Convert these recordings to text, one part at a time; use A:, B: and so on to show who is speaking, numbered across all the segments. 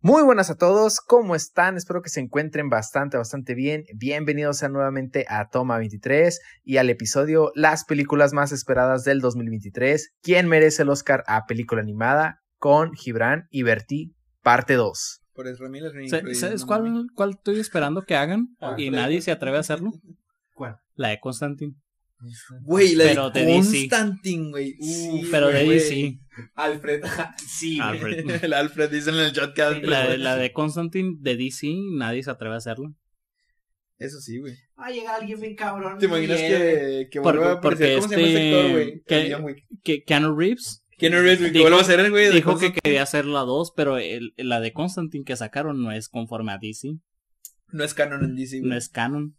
A: Muy buenas a todos, ¿cómo están? Espero que se encuentren bastante, bastante bien. Bienvenidos a nuevamente a Toma 23 y al episodio Las películas más esperadas del 2023. ¿Quién merece el Oscar a película animada? Con Gibran y Bertí, parte 2.
B: Por Ezra Miller, ni
C: Sa-
B: increíble,
C: ¿Sabes
B: no
C: cuál, cuál estoy esperando que hagan?
B: Ah,
C: y
B: Freddy.
C: nadie se atreve a hacerlo.
A: ¿Cuál?
C: La de Constantine.
B: Güey, la
C: Pero
B: de
C: de DC.
B: Constantine, güey. Uh, Sí,
C: pero de
B: güey,
C: ahí
B: güey.
C: sí.
B: Alfred. Sí, güey.
C: Alfred.
B: El Alfred dice en el chat que Alfred.
C: La de, la de Constantine de DC, nadie se atreve a hacerlo.
B: Eso sí, güey.
D: Va a llegar alguien bien cabrón.
B: ¿Te imaginas
D: y, eh,
B: que, que vuelva a
C: Porque-
B: aparecer?
C: porque
B: ¿Cómo se llama ese
C: este-
B: actor, güey?
C: que-
B: El John Wick.
C: Que Keanu Reeves
B: Keanu Reeves, güey, que
C: dijo-
B: vuelva a ser el güey. de
C: dijo que
B: Constantine.
C: quería hacer la 2, pero el- la de Constantine que sacaron no es conforme a DC.
B: No es canon en DC, güey.
C: No es canon.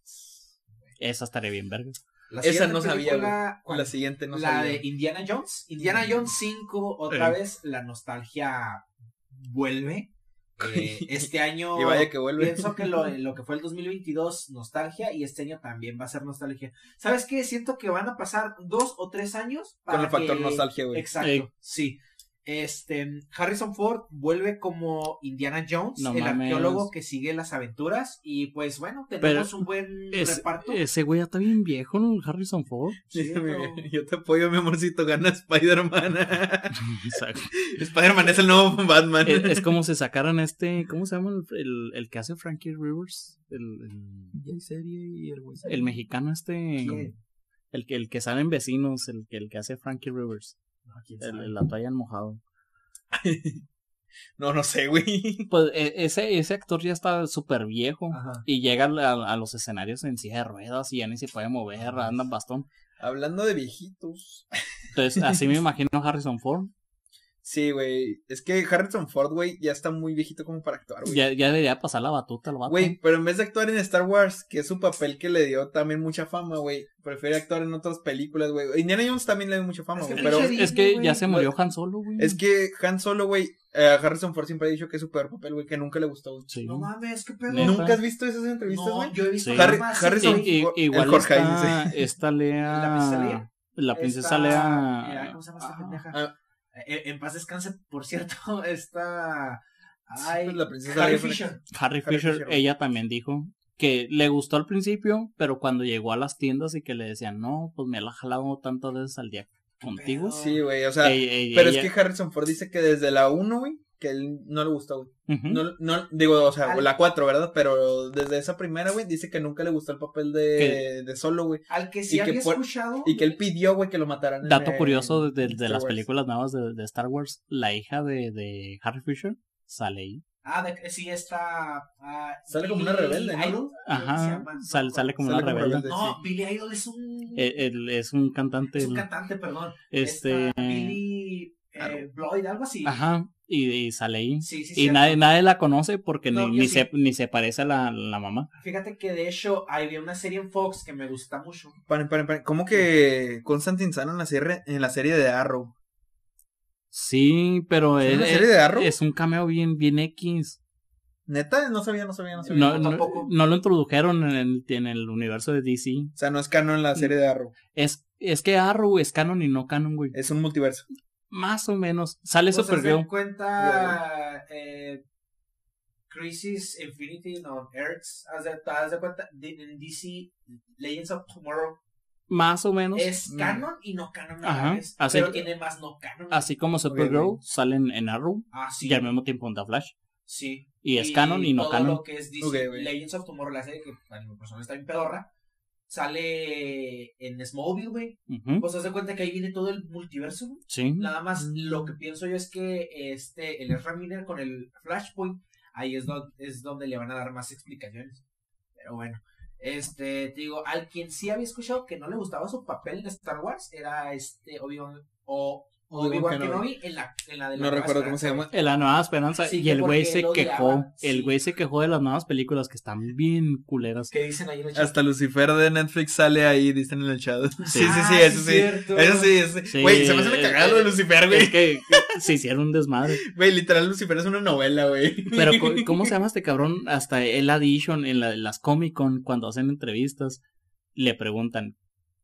C: Esa estaría bien, verga.
D: la
B: esa
D: siguiente
B: no sabía,
D: película, ¿cuál?
B: La siguiente no
D: la
B: sabía.
D: de Indiana Jones. Indiana Jones 5, otra
C: Eh.
D: vez la nostalgia vuelve. Eh, este año
B: Y vaya que vuelve.
D: pienso que lo, lo que fue el 2022, nostalgia, y este año también va a ser nostalgia. ¿Sabes qué? Siento que van a pasar dos o tres años
B: Con el
D: para
B: factor
D: que-
B: nostalgia, güey.
D: Exacto,
C: Ey.
D: sí. Este, Harrison Ford vuelve como Indiana Jones,
C: No
D: el
C: mames.
D: arqueólogo que sigue las aventuras. Y pues bueno, tenemos un buen
C: Es-
D: reparto.
C: ese güey ya está bien viejo, ¿no? Harrison Ford.
D: Sí, no.
B: Yo te apoyo, mi amorcito. Gana Spider-Man.
C: Exacto.
B: Spider-Man es el nuevo Batman.
C: es, es como si sacaran este. ¿Cómo se llama el, el- el que hace Frankie Rivers? El- el... El mexicano este.
D: ¿Quién?
C: El que, el que sale en vecinos, el, que- el que hace Frankie Rivers,
D: No, quién
C: el,
D: sabe.
C: el la toalla en mojado.
B: No, no sé, güey.
C: Pues e- ese, ese actor ya está súper viejo
D: Ajá.
C: y llega a, a los escenarios en silla de ruedas y ya ni se puede mover, anda en bastón.
B: Hablando de viejitos.
C: Entonces, así me imagino a Harrison Ford.
B: Sí, güey. Es que Harrison Ford, güey, ya está muy viejito como para actuar, güey.
C: Ya, ya debería pasar la batuta al vato.
B: Güey, pero en vez de actuar en Star Wars, que es su papel que le dio también mucha fama, güey, prefiere actuar en otras películas, güey. Indiana Jones también le dio mucha fama,
D: Es que
B: güey,
C: Es-
B: pero
C: es,
D: pinche
C: que
D: Disney,
C: ya se Pues,
B: güey.
C: murió Han Solo, güey.
B: es que Han Solo, güey, eh, a Harrison Ford siempre ha dicho que es su peor papel, güey, que nunca le gustó. güey.
C: Sí.
D: No mames, qué pedo.
C: Neta.
B: ¿Nunca has visto esas entrevistas,
D: No,
B: güey?
D: yo he visto
C: Sí.
B: Harry-
D: más
B: Harrison-
D: que-
C: I- i-
B: el
C: igual
B: Jorge
C: está, está Lea.
D: ¿La princesa Leia?
C: La princesa
D: Esta-
C: Lea.
D: eh, ¿Cómo se llama esta
C: Ah,
D: pendeja?
B: ah.
D: Eh, en paz descanse, por cierto, esta. Ay,
B: pues la princesa
D: Carrie
B: Leia fue-
D: Fisher.
C: Harry,
B: Harry
C: Fisher,
B: Fisher.
C: ella también dijo que le gustó al principio, pero cuando llegó a las tiendas y que le decían, no, pues me la he jalado tantas veces al día contigo.
D: pedo?
B: Sí, güey, o sea,
C: Ey, ey,
B: pero
C: ella-
B: es que Harrison Ford dice que desde la 1, güey, que él no le gustó, güey.
C: Ujú.
B: No, no, digo, o sea,
D: Al-
B: la 4, ¿verdad? Pero desde esa primera, güey, dice que nunca le gustó el papel de,
C: Que-
B: de Solo, güey.
D: Al que
B: y
D: sí
B: que
D: había
B: por-
D: escuchado.
B: Y que él pidió, güey, que lo mataran. en,
C: Dato
B: eh,
C: curioso de, de- de
B: Star
C: las
B: Wars.
C: películas nuevas de, de Star Wars, la hija de, de Harry Fisher sale ahí.
D: Ah, de- sí, está. ah,
B: Sale como una rebelde, ¿no?
D: Idol, se
C: Ajá,
D: llama, no
C: sal-
D: me
C: sale como una
B: Sale como
C: rebelde.
B: rebelde.
D: No, Billy Idol es un.
C: Eh, él es un cantante.
D: es un
C: el-
D: cantante, perdón.
C: este,
D: Esta Billy eh,
B: Arrow.
D: Bloyd, algo así.
C: Ajá, y, y sale ahí.
D: Sí, sí,
C: Y
D: cierto.
C: nadie, nadie la conoce porque
D: No,
C: ni,
D: yo
C: ni
D: sí.
C: se, ni se parece a la, la mamá.
D: Fíjate que de hecho había una serie en Fox que me gusta mucho.
B: Paren, paren, paren. ¿Cómo que Constantine sale en la serie, en la serie de Arrow?
C: Sí, pero
B: ¿En
C: es,
B: la serie de Arrow?
C: Eh, es un cameo bien, bien X.
B: Neta, no sabía, no sabía, no sabía.
C: no,
D: yo
C: no-
D: tampoco.
C: no lo introdujeron en el, en el universo de DC.
B: O sea, no es canon en la serie de Arrow.
C: Es, es que Arrow es canon y no canon, güey.
B: Es un multiverso.
C: Más o menos. Sale
D: Pues, haz de
C: Supergirl.
D: cuenta eh, Crisis Infinity no, Earths. Haz de, haz de cuenta de- en DC Legends of Tomorrow
C: Más o menos.
D: es
B: Mm.
D: canon y no canon a la
C: Ajá,
D: vez,
C: así
D: pero
C: que-
D: tiene más no canon.
C: Así como Supergirl
B: güey.
C: sale en, en Arrow
D: Ah, sí.
C: y al mismo tiempo en The Flash.
D: sí.
C: Y es canon y no
D: todo
C: canon.
D: lo que es DC
B: Ok, güey.
D: Legends of Tomorrow, la serie que para mi persona está bien pedorra, sale en Smallville, güey.
C: Ujú,
D: Pues haz de cuenta que ahí viene todo el multiverso, güey.
C: Sí.
D: Nada más
B: Mm.
D: lo que pienso yo es que este el Ezra Miller con el Flashpoint ahí es donde es donde le van a dar más explicaciones. Pero bueno, este te digo, al quien sí había escuchado que no le gustaba su papel en Star Wars era este Obi-Wan o Obi-Wan
B: Obi-Wan Kenobi.
D: Kenobi en la en la de la
B: No
D: Nueva
B: recuerdo cómo se
D: Esperanza.
B: llama.
C: En La nueva esperanza.
D: Sí,
C: y
D: que
C: el güey
D: porque
C: se
D: lo
C: quejó.
D: odiaban, sí.
C: El güey se quejó de las nuevas películas que están bien culeras.
D: Que dicen ahí en el chat.
B: Hasta Lucifer de Netflix sale ahí, dicen en el chat. Sí, sí, sí,
D: Ah,
B: eso sí.
D: cierto.
B: Eso sí, eso sí.
C: Sí,
B: Güey, se me hace la
C: eh,
B: cagada lo de Lucifer,
C: Es
B: güey.
C: que se hicieron un desmadre.
B: Güey, literal, Lucifer es una novela, güey.
C: Pero co- ¿cómo se llama este cabrón? Hasta el Addition en la- las Comic Con cuando hacen entrevistas le preguntan,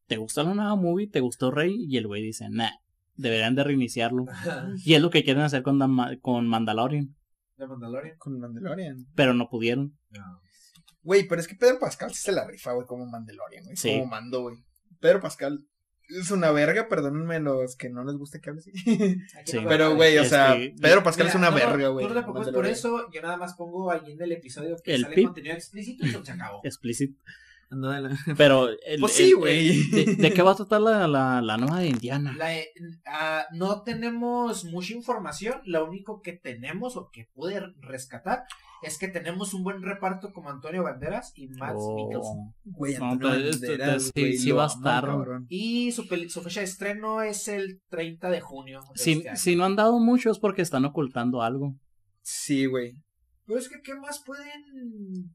C: ¿te gustó la nueva movie? ¿Te gustó Rey? Y el güey dice, nah, deberían de reiniciarlo. Y es lo que quieren hacer con, Dan Ma- con Mandalorian.
D: de Mandalorian.
B: Con Mandalorian.
C: pero no pudieron.
D: No.
B: Güey, pero es que Pedro Pascal sí se la rifa, güey, como Mandalorian, güey.
C: Sí.
B: Como mando, güey. Pedro Pascal es una verga, perdónenme los que no les gusta que hable así.
D: Aquí
C: Sí.
D: no me
B: pero,
D: vale.
B: güey, o
C: Este,
B: sea, Pedro Pascal
D: Mira,
B: es una
D: no,
B: verga, güey.
D: Tú no te preocupes por
B: Mandalorian.
D: eso. Yo nada más pongo alguien del episodio que
C: El
D: sale
C: pip.
D: contenido explícito y se acabó.
C: Explícito.
D: No, la,
C: Pero. el-
B: Pues
C: el-
B: sí,
C: el-
B: güey.
C: ¿De, de qué va a tratar la, la, la nueva de Indiana?
D: eh, ah, no tenemos mucha información. Lo único que tenemos o que pude rescatar es que tenemos un buen reparto como Antonio Banderas y Max
C: Oh.
D: Mikkelsen.
B: Güey,
C: No,
B: Antonio
C: pero esto-
B: Banderas,
C: esto sí-
B: güey,
C: sí
B: lo
C: va a
B: amo,
C: estar.
B: cabrón.
D: Y su, peli- su fecha de estreno es el 30 de junio. de
C: Si,
D: este año.
C: si no han dado mucho es porque están ocultando algo.
B: Sí, güey.
D: Pero es que, ¿qué más pueden.?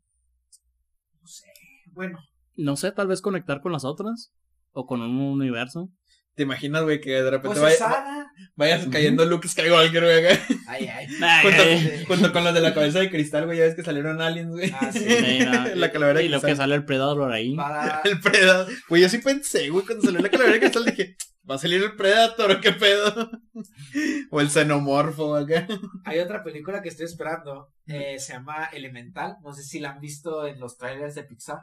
D: No sé. Bueno,
C: No sé, tal vez conectar con las otras. O con un universo.
B: ¿Te imaginas, güey, que de repente
D: pues
B: vaya-
D: Saga.
B: vayas cayendo Luke Skywalker, güey, acá?
D: Ay, ay.
B: Junto,
D: eh.
B: junto con los de la cabeza de cristal, güey, ya ves que salieron aliens, güey.
D: Ah, sí.
C: Sí, no,
B: la calavera de
C: y lo
B: cristal.
C: que sale el Predator ahí.
D: Para.
B: El Predator. Güey, yo sí pensé, güey, cuando salió la calavera de cristal dije, va a salir el Predator, qué pedo. O el xenomorfo acá.
D: Hay otra película que estoy esperando. eh, se llama Elemental. No sé si la han visto en los trailers de Pixar.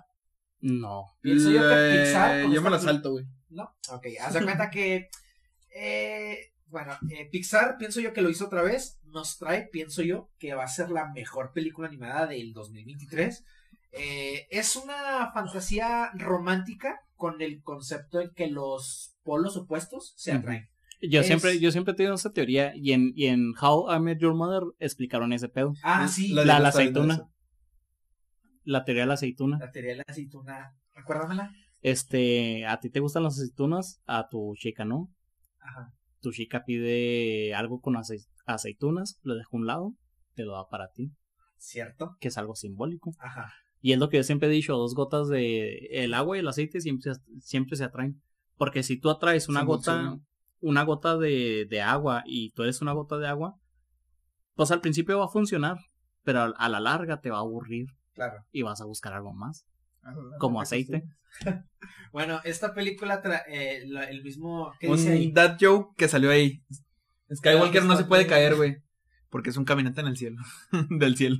C: No.
D: Pienso yo que
B: Eh,
D: Pixar. con
B: yo
D: esta
B: me la
D: peli-
B: salto, güey.
D: ¿No? Ok, haz de cuenta que. eh, bueno, eh, Pixar, pienso yo que lo hizo otra vez. Nos trae, pienso yo, que va a ser la mejor película animada del 2023. Eh, es una fantasía romántica con el concepto de que los polos opuestos se
C: Ujú.
D: atraen.
C: Yo
D: Es-
C: siempre, yo siempre he tenido esa teoría y en, y en How I Met Your Mother explicaron ese pedo.
D: Ah, sí,
B: de
D: la,
C: La- la
B: está viendo
C: aceituna.
B: eso.
C: La teoría de la aceituna.
D: teoría de la aceituna. Recuérdamela.
C: Este, a ti te gustan las aceitunas, a tu chica, ¿no?
D: Ajá.
C: Tu chica pide algo con ace- aceitunas, lo deja a un lado, te lo da para ti,
D: ¿Cierto?
C: que es algo simbólico.
D: Ajá.
C: Y es lo que yo siempre he dicho, dos gotas de el agua y el aceite siempre, siempre se atraen. Porque si tú atraes una
B: Sí,
C: gota,
B: sí.
C: una gota de, de agua y tú eres una gota de agua, pues al principio va a funcionar, pero a, a la larga te va a aburrir
D: Claro.
C: y vas a buscar algo más, como aceite.
D: Bueno, esta película tra- eh, la- el mismo. ¿qué dice ahí?
B: Un dad joke que salió ahí. Skywalker no se puede
D: Skywalker.
B: caer, güey. Porque es un caminante en el cielo. Del cielo.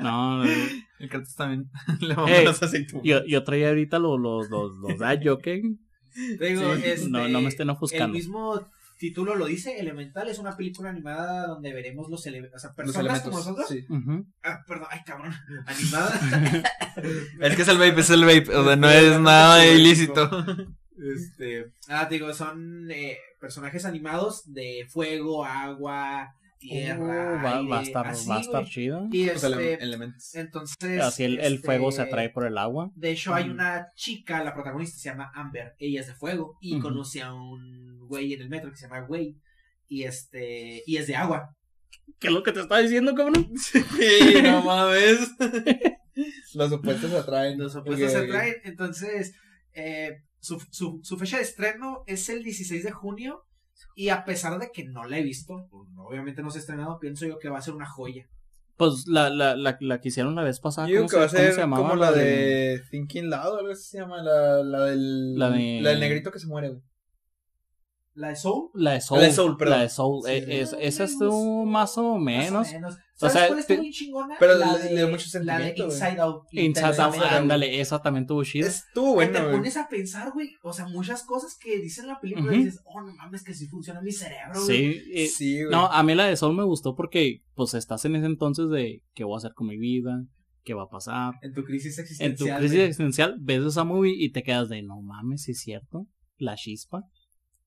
C: No,
B: El Kratos también. Le vamos
C: Ey,
B: a las aceitunas.
C: yo, yo traía ahorita los, los, los, los da joking.
D: Te digo,
B: Sí.
D: este,
C: No, no me estén
D: El
C: ofuscando.
D: mismo título lo dice, Elemental es una película animada donde veremos los elementos, o sea,
B: Los
D: personas
B: elementos.
D: como nosotros.
B: sí.
C: Ujú.
D: Ah, perdón, ay cabrón, animada.
B: Es que es el vape, es el vape. O sea, no es nada ilícito.
D: Este, ah, te digo, son eh, personajes animados de fuego, agua, tierra,
C: Uh, va, va a
D: aire,
C: estar,
D: así,
C: va a estar
D: güey.
C: chido.
D: Y
B: O sea,
D: este,
B: pues, ele- elementos.
D: entonces
C: Así Ah, el, el
D: este,
C: fuego se atrae por el agua.
D: De hecho, hay
B: Mm.
D: una chica, la protagonista se llama Amber, ella es de fuego, y
C: Ujú.
D: conoce a un güey en el metro que se llama Güey, y este, y es de agua.
C: ¿Qué es lo que te estaba diciendo, cabrón?
B: Sí, no mames. Los opuestos atraen.
D: Los opuestos se
B: Ok, ok.
D: atraen. Entonces, eh, su, su- su fecha de estreno es el 16 de junio. Y a pesar de que no la he visto, pues, obviamente no se ha estrenado, pienso yo que va a ser una joya.
C: Pues la, la, la, la que hicieron la vez pasada.
B: Yo digo
C: ¿cómo
B: que va a
C: se- cómo
B: ser
C: se llamaba?
B: como la
C: del-
B: de Thinking Loud, algo así se llama. La, la, del,
C: La de-
B: la del negrito que se muere, güey.
D: La de Soul,
C: La de Soul.
B: La de Soul, perdón.
C: La de Soul.
B: Sí,
C: Eh,
B: sí.
C: es- esa estuvo más o
D: más
C: menos.
D: o menos.
C: O
D: ¿Sabes
C: sea,
D: cuál está
C: te-
D: muy chingona?
B: pero
D: la
B: le- le dio mucho
D: la de
B: sentimiento, güey.
D: Inside Out.
C: Inside Out,
B: Inside Out.
C: ah, ándale, esa también tuvo chida.
B: Estuvo
D: Que te
B: bueno, güey.
D: pones a pensar, güey. O sea, muchas cosas que dicen en la película
C: Ujú.
D: y dices, oh, no mames, que sí funciona mi cerebro. güey".
C: Sí. eh,
B: Sí, güey.
C: no, a mí la de Soul me gustó porque pues estás en ese entonces de qué voy a hacer con mi vida, qué va a pasar.
D: En tu crisis
C: En tu
D: existencial.
C: crisis
D: güey.
C: existencial ves esa movie y te quedas de no mames, sí es cierto. La chispa.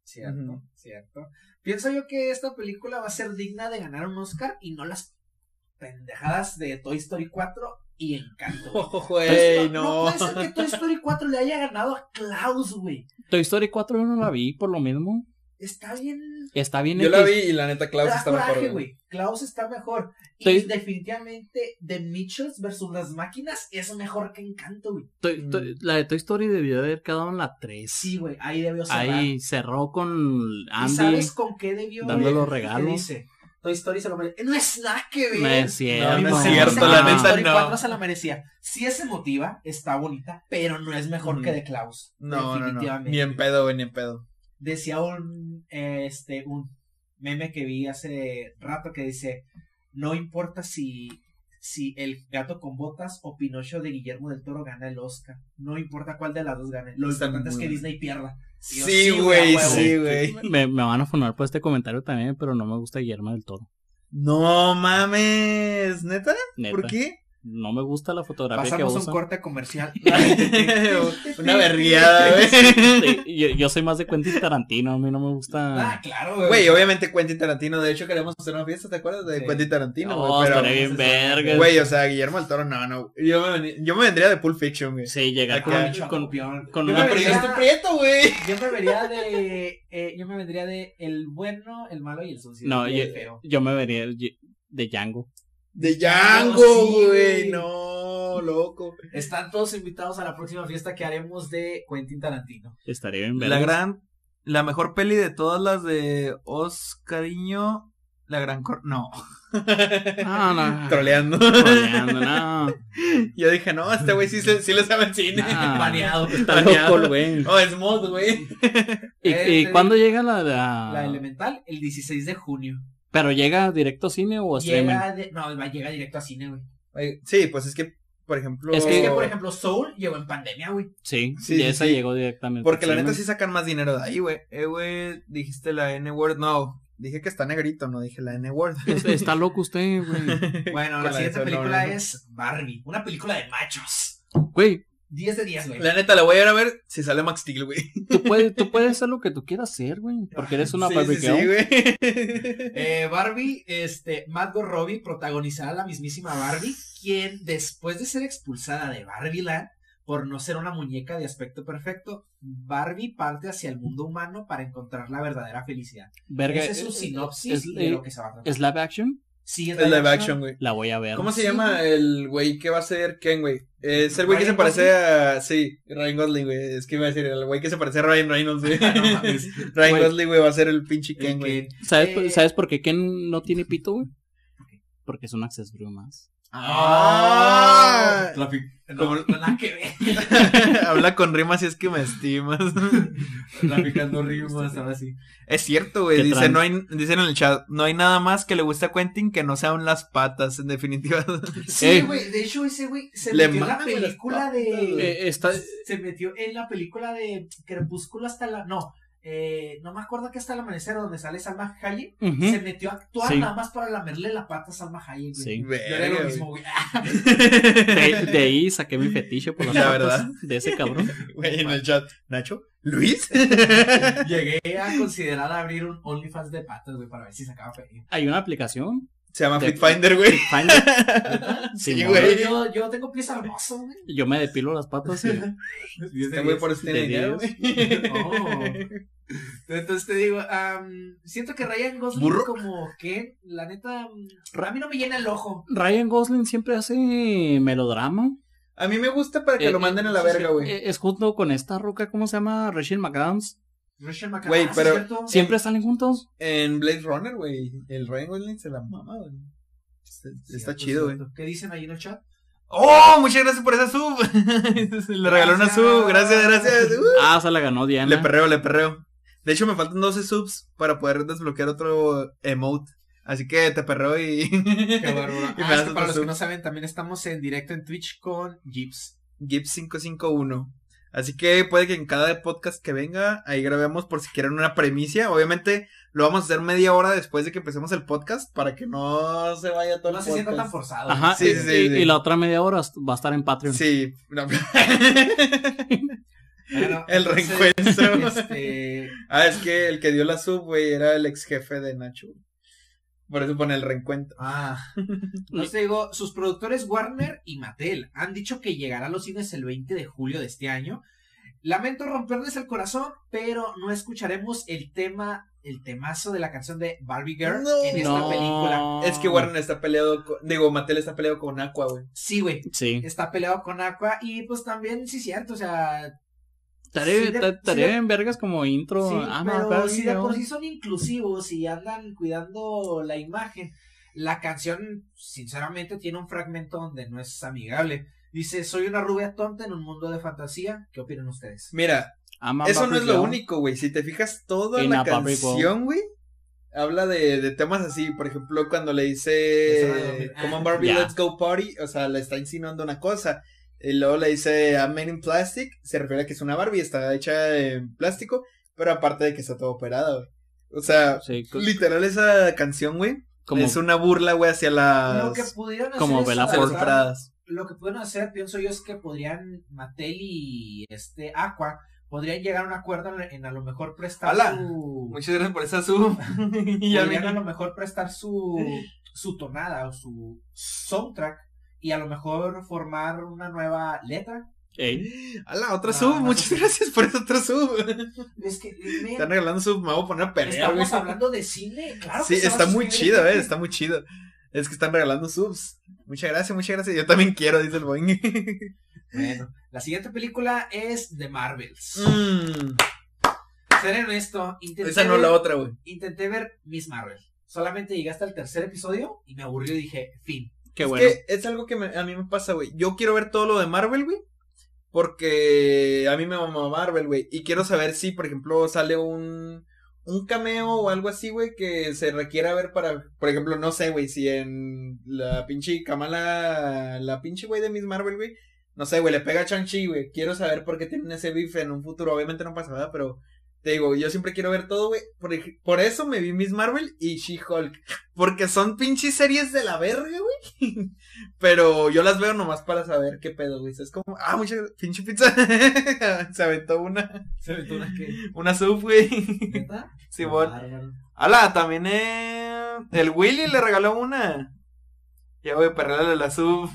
D: Cierto,
B: Ujú.
D: cierto. Pienso yo que esta película va a ser digna de ganar un Oscar y no las pendejadas de Toy Story 4 y Encanto. güey.
B: Oh,
D: Entonces,
B: güey, no.
D: puede ser que Toy Story 4 le haya ganado a Klaus, güey.
C: Toy Story 4 yo no la vi, por lo mismo.
D: Está bien.
C: Está bien
B: Yo
C: X.
B: la vi y la neta Klaus
D: da
B: está
D: coraje,
B: mejor, güey.
D: güey. Klaus está mejor. Y
C: Toy-
D: definitivamente The Mitchells versus las máquinas es mejor que Encanto, güey.
C: Toy- Toy-
B: Mm.
C: La de Toy Story debió haber quedado en la 3.
D: Sí, güey, ahí debió ser.
C: Ahí cerró con
D: ¿Y
C: Andy
D: sabes con qué debió?
C: dando los
D: ¿Qué
C: regalos.
D: dice? Toy Story se lo merece. No es nada que ver.
C: No es cierto.
B: No, no es
D: Mi
B: cierto,
D: mamá
B: la
D: dice que
B: neta,
D: Toy Story
B: no.
D: 4 se la merecía. Sí es emotiva, está bonita, pero no es mejor
B: Mm.
D: que de Klaus.
B: No, no, no.
D: definitivamente.
B: Ni en pedo, güey, ni en pedo.
D: Decía un, este, un meme que vi hace rato que dice, no importa si, si El Gato con Botas o Pinocho de Guillermo del Toro gana el Oscar. No importa cuál de las dos gane. Lo
B: Está
D: importante es
B: muy
D: que
B: bueno.
D: Disney pierda. Y yo,
B: Sí,
D: a
B: güey,
D: huevo.
B: sí, güey.
C: Me, me van a funar por este comentario también, pero no me gusta Guillermo del Toro.
B: No mames, ¿neta?
C: Neta.
B: ¿Por qué?
C: No me gusta la fotografía
D: Pasamos
C: que
D: un
C: usa.
D: corte comercial.
B: Una berriada, güey.
C: Sí, yo, yo soy más de Quentin Tarantino, a mí no me gusta.
D: Ah, claro,
B: Güey, obviamente Quentin Tarantino. De hecho, queremos hacer una fiesta, ¿te acuerdas? De
D: Sí.
B: Quentin Tarantino, güey.
C: No,
B: pero-
C: estaré Oh, bien verga.
B: Güey, o sea, Guillermo del Toro, no, no. Yo me, veni- yo me vendría de Pulp Fiction, güey.
C: Sí, llegar
D: Con,
C: con,
D: Michoacán,
C: con-
D: campeón.
C: con
D: Yo
C: una
D: me
B: pero yo
D: vendría-
B: estoy prieto, güey.
D: Yo me vería de. eh, yo me vendría de el bueno, el malo y el sucio.
C: No,
D: y
C: yo,
D: el feo.
C: yo me vería de de Django.
B: De
D: No,
B: Django,
D: sí,
B: güey.
D: güey.
B: No, loco.
D: Están todos invitados a la próxima fiesta que haremos de Quentin Tarantino.
C: Estaría bien verga.
B: La gran, la mejor peli de todas las de Oscariño, la gran cor... No.
C: No, no.
B: Troleando.
C: Troleando, no.
B: Yo dije, no, este güey sí, se- sí le sabe el cine.
C: Ah.
D: Baneado. pues,
C: Está
B: Baneado.
C: loco, güey.
B: Oh, es mod, güey.
C: ¿Y, y
D: Este-
C: cuándo Ah. llega la, la-
D: La Elemental, el 16 de junio.
C: ¿Pero llega directo a cine o a streaming?
D: Llega de- no, va, llega directo a cine, güey.
B: Oye, Sí, pues es que, por ejemplo.
C: Es
D: Es que, por ejemplo, Soul llegó en pandemia, güey.
C: Sí,
B: Sí,
C: y
B: sí,
C: esa
B: sí.
C: llegó directamente.
B: Porque la
C: a
B: neta sí
C: streaming.
B: sacan más dinero de ahí, güey. Eh, güey, dijiste la N-word. No, dije que está negrito, no dije la N-word.
C: Está- Está loco usted, güey.
D: Bueno,
B: Con
D: la
B: de
D: siguiente
B: Soul, no,
D: película
B: no, no.
D: es Barbie. Una película de machos.
C: Güey,
D: 10 de 10, güey.
B: La neta, la voy a ir a ver si sale Max Steel, güey.
C: tú puedes, tú puedes hacer lo que tú quieras hacer, güey. Porque eres una
B: sí,
C: Barbie
B: sí,
C: Girl.
B: sí, güey.
D: Eh, Barbie, este, Margot Robbie protagonizará a la mismísima Barbie, quien después de ser expulsada de Barbieland por no ser una muñeca de aspecto perfecto, Barbie parte hacia el mundo humano para encontrar la verdadera felicidad.
C: Verga,
D: Esa es su sinopsis
C: es-
D: de lo que se va a tratar.
C: ¿Es live action?
D: Sí, es
B: El live
D: live
B: action, güey.
C: La voy a ver.
B: ¿Cómo se
D: Sí,
B: llama el güey que va a ser Ken, güey? Es el güey que se
D: Ryan
B: parece a. Sí, Ryan Gosling, güey. Es que iba a decir, el güey que se parece a Ryan Reynolds, güey.
D: Ah, No mames.
B: Ryan
C: Güey.
B: Gosling, güey, va a ser el pinche
D: El
B: Ken, güey.
D: que-
C: ¿Sabes,
D: Eh,
C: por- ¿Sabes por qué Ken no tiene pito, güey? Porque es un accessorio más.
B: ¡Ah!
D: La fi-
B: Como-
D: No, no, nada que ver.
B: Habla con rimas si es que me estimas.
D: Traficando rimas, ahora sí.
B: Es cierto, güey.
C: Qué
B: Dice,
C: trans.
B: no hay, dicen en el chat, no hay nada más que le guste a Quentin que no sean las patas, en definitiva.
D: Sí,
C: Eh.
D: güey. De hecho, ese güey se
B: Le
D: metió en la
B: maman las
D: película
B: papas,
D: de.
B: güey.
C: Eh, está-
D: se metió en la película de Crepúsculo hasta la. No, eh, no me acuerdo que hasta el amanecer donde sale Salma Hayek.
C: Ujú.
D: Se metió a actuar
C: Sí.
D: nada más para lamerle la pata a Salma Hayek. güey.
C: Sí.
D: Yo era
B: Verga,
D: lo mismo, güey.
C: De, de ahí saqué mi fetiche por las
B: La
C: patas
B: verdad.
C: de ese cabrón.
B: Güey, en el chat, ¿Nacho? ¿Luis?
D: Llegué a considerar abrir un OnlyFans de patas, güey, para ver si sacaba feria.
C: Hay una aplicación.
B: Se llama
C: De-
B: Fit Finder, güey.
C: Finder.
B: Sí,
C: Simón.
B: güey.
D: Yo, yo tengo pies hermosos, güey.
C: Yo me depilo las patas y
B: Este güey por eso tiene
C: De
B: dinero,
C: diez.
D: Oh.
B: güey.
D: Entonces te digo, am, siento que Ryan Gosling
B: Burro.
D: como que, la neta, am, a mí no me llena el ojo.
C: Ryan Gosling siempre hace melodrama.
B: A mí me gusta para que
C: Eh,
B: lo
C: eh,
B: manden a la
C: sí,
B: verga,
C: sí.
B: güey.
C: Eh, Es junto con esta roca, ¿cómo se llama? Rachel McAdams.
D: Rachel McAdams,
B: Güey,
D: ¿es
B: pero-
D: cierto?
C: Siempre salen juntos.
B: En Blade Runner, güey. El Ryan Gosling se la mama, güey. Está-
D: Sí,
B: Está
D: cierto,
B: chido, güey.
D: cierto. ¿Qué dicen ahí en el chat?
B: ¡Oh! Muchas gracias por esa sub. Le regaló una sub. Gracias, gracias. Uh.
C: Ah, se la ganó Diana.
B: Le perreo, le perreo. De hecho, me faltan 12 subs para poder desbloquear otro emote. Así que te perreo y.
D: Qué bárbaro. Ah,
B: Y me
D: es
B: das
D: que
B: otra
D: para los que
B: sub.
D: no saben, también estamos en directo en Twitch con Jeeps.
B: Gips551. Así que puede que en cada podcast que venga, ahí grabemos por si quieren una premicia. Obviamente lo vamos a hacer media hora después de que empecemos el podcast para que no se vaya todo el
D: No se sienta tan
B: podcast.
D: forzado.
C: Ajá.
B: Sí,
C: y,
B: sí, sí,
C: y-
B: sí.
C: y la otra media hora va a estar en Patreon.
B: Sí, no.
D: Bueno,
B: el
D: entonces,
B: reencuentro.
D: Este,
B: Ah, es que el que dio la sub, güey, era el ex jefe de Nacho. Por eso pone el reencuentro.
D: Ah, no te digo, sus productores Warner y Mattel han dicho que llegará a los cines el 20 de julio de este año. Lamento romperles el corazón, pero no escucharemos el tema, el temazo de la canción de Barbie Girl
B: No.
D: en esta
C: No.
D: película.
B: Es que Warren está peleado con. Digo, Mattel está peleado con Aqua, güey.
D: Sí, güey,
C: Sí.
D: está peleado con Aqua y pues también, sí, cierto, o sea,
C: Tarea,
D: Sí, de-
C: ta-
D: sí,
C: tarea
D: de-
C: en vergas como intro.
D: sí,
C: Ah,
D: pero
C: ma-
D: si de
C: no.
D: por sí son inclusivos y andan cuidando la imagen, la canción, sinceramente, tiene un fragmento donde no es amigable. Dice, soy una rubia tonta en un mundo de fantasía. ¿Qué opinan ustedes?
B: Mira,
C: Ah, ma-
B: Eso no
C: Barbie
B: es lo
C: Girl.
B: único, güey. Si te fijas, toda
C: In
B: la
C: a Barbie World.
B: canción, güey, habla de, de temas así, por ejemplo, cuando le
D: Eso no lo vi.
B: dice, come on Barbie,
C: Ya.
B: let's go party, o sea, le está insinuando una cosa. Y luego le dice, I'm made in plastic, se refiere a que es una Barbie, está hecha en plástico, pero aparte de que está todo operada, güey. O sea,
C: Sí, co-
B: literal esa canción, güey,
C: Pues, como,
B: es una burla, güey, hacia
D: Lo que
B: las
D: pudieron hacer.
C: como
D: es
C: Bella
D: adaptar-
C: Ford.
B: compradas.
D: Lo que pudieron hacer, pienso yo, es que podrían Mattel y este Aqua podrían llegar a un acuerdo en, en a lo mejor prestar
B: Ala.
D: su.
B: Muchas gracias por esa sub. Y ya
D: podrían
B: me-
D: a lo mejor prestar su, su tonada o su soundtrack y a lo mejor formar una nueva letra.
C: ey,
B: Ala, otra
D: No,
B: sub,
D: no,
B: muchas
D: no.
B: gracias por esa otra sub.
D: Es que, men,
B: Están regalando sub, me voy a poner a pelear, güey.
D: estamos hablando de cine, claro.
B: Sí,
D: que se va a
B: está muy
D: suscribir
B: chido, eh,
D: gente.
B: está muy chido. Es que están regalando subs. Muchas gracias, muchas gracias. Yo también quiero, dice el Boeing.
D: Bueno, la siguiente película es The Marvels.
B: Mm,
D: Ser honesto, intenté,
B: esa no
D: ver,
B: la otra, güey.
D: intenté ver Miss Marvel. Solamente llegué hasta el tercer episodio y me aburrió y dije, fin.
C: qué
B: es
C: bueno.
B: que es algo que me- a mí me pasa, güey. Yo quiero ver todo lo de Marvel, güey. Porque a mí me mama Marvel, güey. Y quiero saber si, por ejemplo, sale un, un cameo o algo así, güey, que se requiera ver para. Por ejemplo, no sé, güey, si en la pinche Kamala. La pinche, güey, de Miss Marvel, güey. No sé, güey, le pega a Chang-Chi, güey. Quiero saber por qué tienen ese beef en un futuro. Obviamente no pasa nada, pero. Te digo, yo siempre quiero ver todo, güey. Por, ej- por eso me vi Miss Marvel y She-Hulk. Porque son pinches series de la verga, güey. Pero yo las veo nomás para saber qué pedo, güey. Es como, ah, mucha pinche pizza. Se aventó una,
D: Se me tuvo que.
B: una sub, güey.
D: ¿Neta?
B: Simón.
D: Bárbaro.
B: Ala, también eh, el Willy le regaló una. Ya voy a perderle la sub.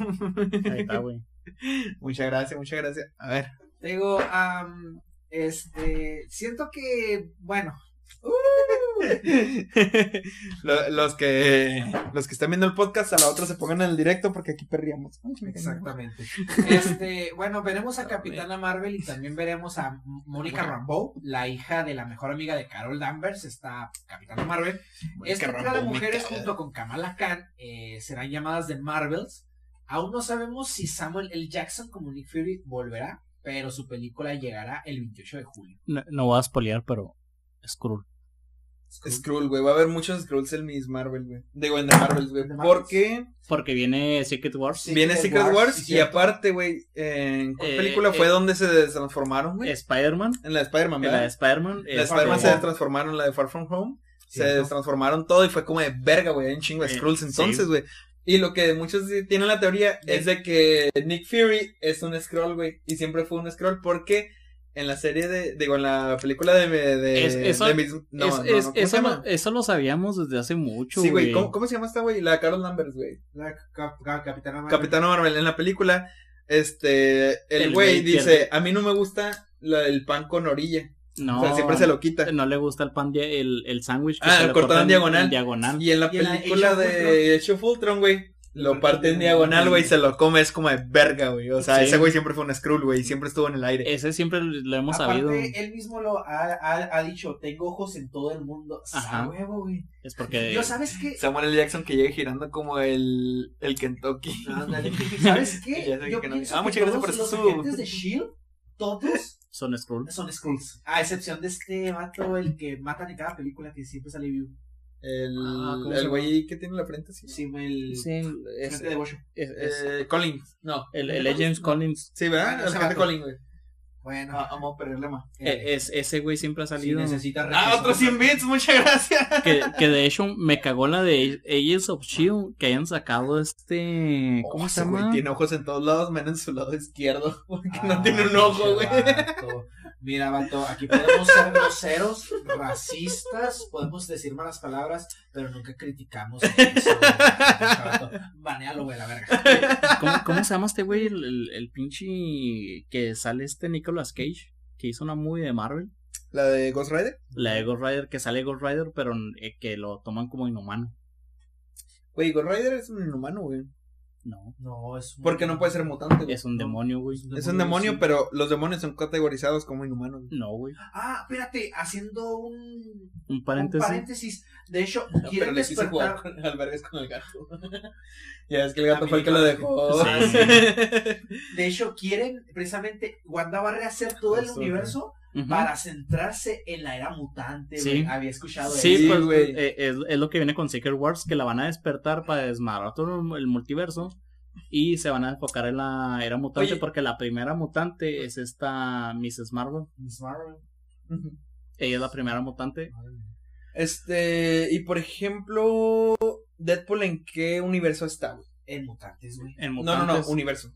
C: Ahí está, güey.
B: muchas gracias, muchas gracias. A ver.
D: Te digo, am, este, siento que, bueno,
B: Lo- los que los que están viendo el podcast a la otra se pongan en el directo porque aquí perríamos. Ay, me caí.
D: exactamente. Este, bueno, veremos a Capitana Marvel y también veremos a M- Mónica Rambeau, la hija de la mejor amiga de Carol Danvers, está Capitana Marvel. Esta
B: Qué
D: entrada de
B: Rambo, me
D: mujeres
B: caga.
D: junto con Kamala Khan eh, serán llamadas The Marvels. Aún no sabemos si Samuel L. Jackson como Nick Fury volverá, pero su película llegará el 28 de julio.
C: No, no voy a spoilear, pero Skrull.
B: Skrull, güey. Va a haber muchos Skrulls en Miss Marvel, güey. Digo, en The Marvels, güey.
D: The Marvels.
B: Porque
C: Porque viene Secret Wars.
D: Sí.
B: viene
D: Secret
B: Secret Wars,
D: Wars, sí,
B: y
D: cierto.
B: aparte, güey, ¿en cuál
C: Eh,
B: película fue
C: eh,
B: donde se transformaron, güey?
C: Spider-Man.
B: En la de Spider-Man,
C: La
B: ¿verdad?
C: de Spider-Man.
B: la de
C: este,
B: Spider-Man
D: From
B: se
D: Home.
B: transformaron, la de Far From Home. Se
D: Cierto.
B: transformaron todo y fue como de verga, güey. Hay un chingo de
C: Eh,
B: Skrulls
C: sí.
B: entonces, güey. Y lo que muchos sí tienen la teoría
D: De-
B: es de que Nick Fury es un Skrull, güey. Y siempre fue un Skrull porque en la serie de. Digo, en la película de. de,
C: Es- eso-
B: de Miss- no,
C: Es-
B: no, no,
C: es-
B: ¿cómo se
C: eso,
B: llama?
C: lo, eso lo sabíamos desde hace mucho,
B: Sí, güey. ¿Cómo, cómo se llama esta, güey? La Carol Lambert, güey.
D: La Cap- Cap- Capitana Marvel.
B: Capitán Marvel en la película. Este.
C: El
B: El
C: güey
B: güey dice:
C: pierde.
B: A mí no me gusta la- el pan con orilla.
C: No,
B: o sea, siempre se lo quita.
C: no le gusta el pan, dia- el, el sándwich. que
B: Ah,
C: se
B: lo
C: le
B: cortaron
C: corta
B: diagonal.
C: en diagonal.
B: Y en la
D: Y en la
B: película
D: Age of
B: de Age of Ultron, güey. Lo parte en diagonal, güey, y se lo come, es como de verga, güey. O sea,
C: Sí.
B: ese güey siempre fue un Skrull, güey, y siempre estuvo en el aire.
C: Ese siempre lo hemos
D: Aparte, eh,
C: sabido.
D: él mismo lo ha, ha- ha dicho, tengo ojos en todo el mundo.
C: Ajá. Eh,
D: A huevo, güey.
C: Es porque.
D: Yo, ¿sabes qué?
B: Samuel L. Jackson que llega girando como el, el Kentucky.
D: Ah, Ándale. ¿Sabes qué?
B: Ya sé
D: Yo
B: que no-
D: pienso
B: Ah,
D: que
B: muchas gracias por
D: todos
B: ese
D: los
B: sub.
D: agentes de S.H.I.E.L.D., todos
C: Son Skrulls.
D: son Skrulls. A excepción de este vato, el que matan en cada película que siempre sale vivo.
B: El
D: Ah, ¿cómo se
B: el
D: llama?
B: güey que tiene la frente así.
D: Sí, el frente de Bosho.
B: Eh, Collins. No.
C: el, el James Collins.
B: Sí, ¿verdad?
D: Ah,
B: el
D: ese
B: gente
D: vato.
B: Collins, güey.
D: Bueno,
B: Ah, vamos a perderle más.
D: eh,
C: E- es, ese güey siempre ha
D: si
C: salido.
D: necesita
B: Ah,
D: reemplazar-
B: otros 100 bits, muchas gracias.
C: que, que de hecho me cagó la de Ages of Shield. Que hayan sacado este. ¿Cómo se
B: Oh, Ese güey
C: llama?
B: Tiene ojos en todos lados, menos en su lado izquierdo, porque
D: Ah,
B: no tiene un ojo,
D: pinche
B: güey.
D: vato. Mira, vato, aquí podemos ser groseros, racistas, podemos decir malas palabras, pero nunca criticamos eso, güey. Pinche vato. Banéalo, güey, la verga.
C: ¿Cómo, cómo se llama este güey? El, el, el pinche. Que sale este Nicolas Cage. Que hizo una movie de Marvel.
B: ¿La de Ghost Rider?
C: La de Ghost Rider. Que sale Ghost Rider, pero eh, que lo toman como inhumano.
B: Güey, Ghost Rider es un inhumano, güey.
C: No.
D: No, es un-
B: Porque no puede ser mutante, güey.
C: Es un demonio, güey.
B: Es un demonio, pero los demonios son categorizados como inhumanos. güey.
C: No, güey.
D: Ah, espérate, haciendo un,
C: Un
D: un
C: paréntesis.
D: paréntesis. De hecho,
B: Pero
D: quieren
B: le quise
D: despertar
B: jugar con albergues con el gato. ya es que el gato
D: A
B: fue el que lo dejó.
C: Sí.
D: De hecho, quieren precisamente Wanda va a rehacer todo el
B: Eso,
D: universo
C: Ujú.
D: para centrarse en la era mutante,
C: Sí.
D: güey. Había escuchado
C: Sí,
D: eso.
B: Sí,
C: pues
B: güey.
C: eh, es, es lo que viene con Secret Wars, que la van a despertar para desmadrar todo el multiverso y se van a enfocar en la era mutante
B: Oye.
C: porque la primera mutante es esta Mrs. Marvel.
D: Miss Marvel.
C: Ella es la primera mutante.
B: Este, y por ejemplo, Deadpool en qué universo está, güey?
D: En mutantes, güey.
C: En
B: No, no, no,
C: mutantes.
B: universo.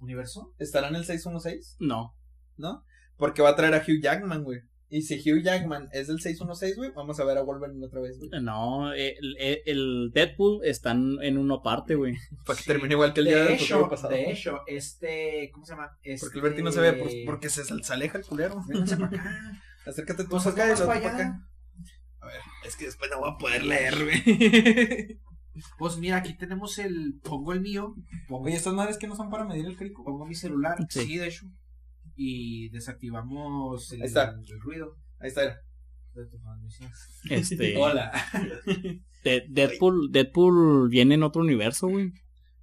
D: Universo.
B: ¿Estará en el 616?
C: No.
B: ¿No? Porque va a traer a Hugh Jackman, güey. Y si Hugh Jackman es del 616, güey, vamos a ver a Wolverine otra vez, güey.
C: No, eh, el, el- el Deadpool están en uno parte, güey.
B: Para que termine igual que el día
D: de
B: del
D: hecho,
B: futuro pasado.
D: de hecho, este, ¿cómo se llama? Este...
B: Porque el Bertie no se ve, por- porque se sal- se aleja el culero.
D: Vénganse para acá.
B: Acércate tú
D: Pues
B: para acá y el
D: acá,
B: otro
D: para
B: para acá.
D: allá.
B: A ver, es que después no voy a poder leer, güey.
D: Pues mira, aquí tenemos el, pongo el mío, pongo,
B: Oye, estas madres que no son para medir el crico.
D: pongo mi celular,
C: Sí.
D: sí. de hecho, y desactivamos el,
B: Ahí está.
D: el ruido.
B: Ahí está. era.
D: de tu transmisión.
C: Este,
B: Hola.
C: de- Deadpool, Deadpool viene en otro universo, güey.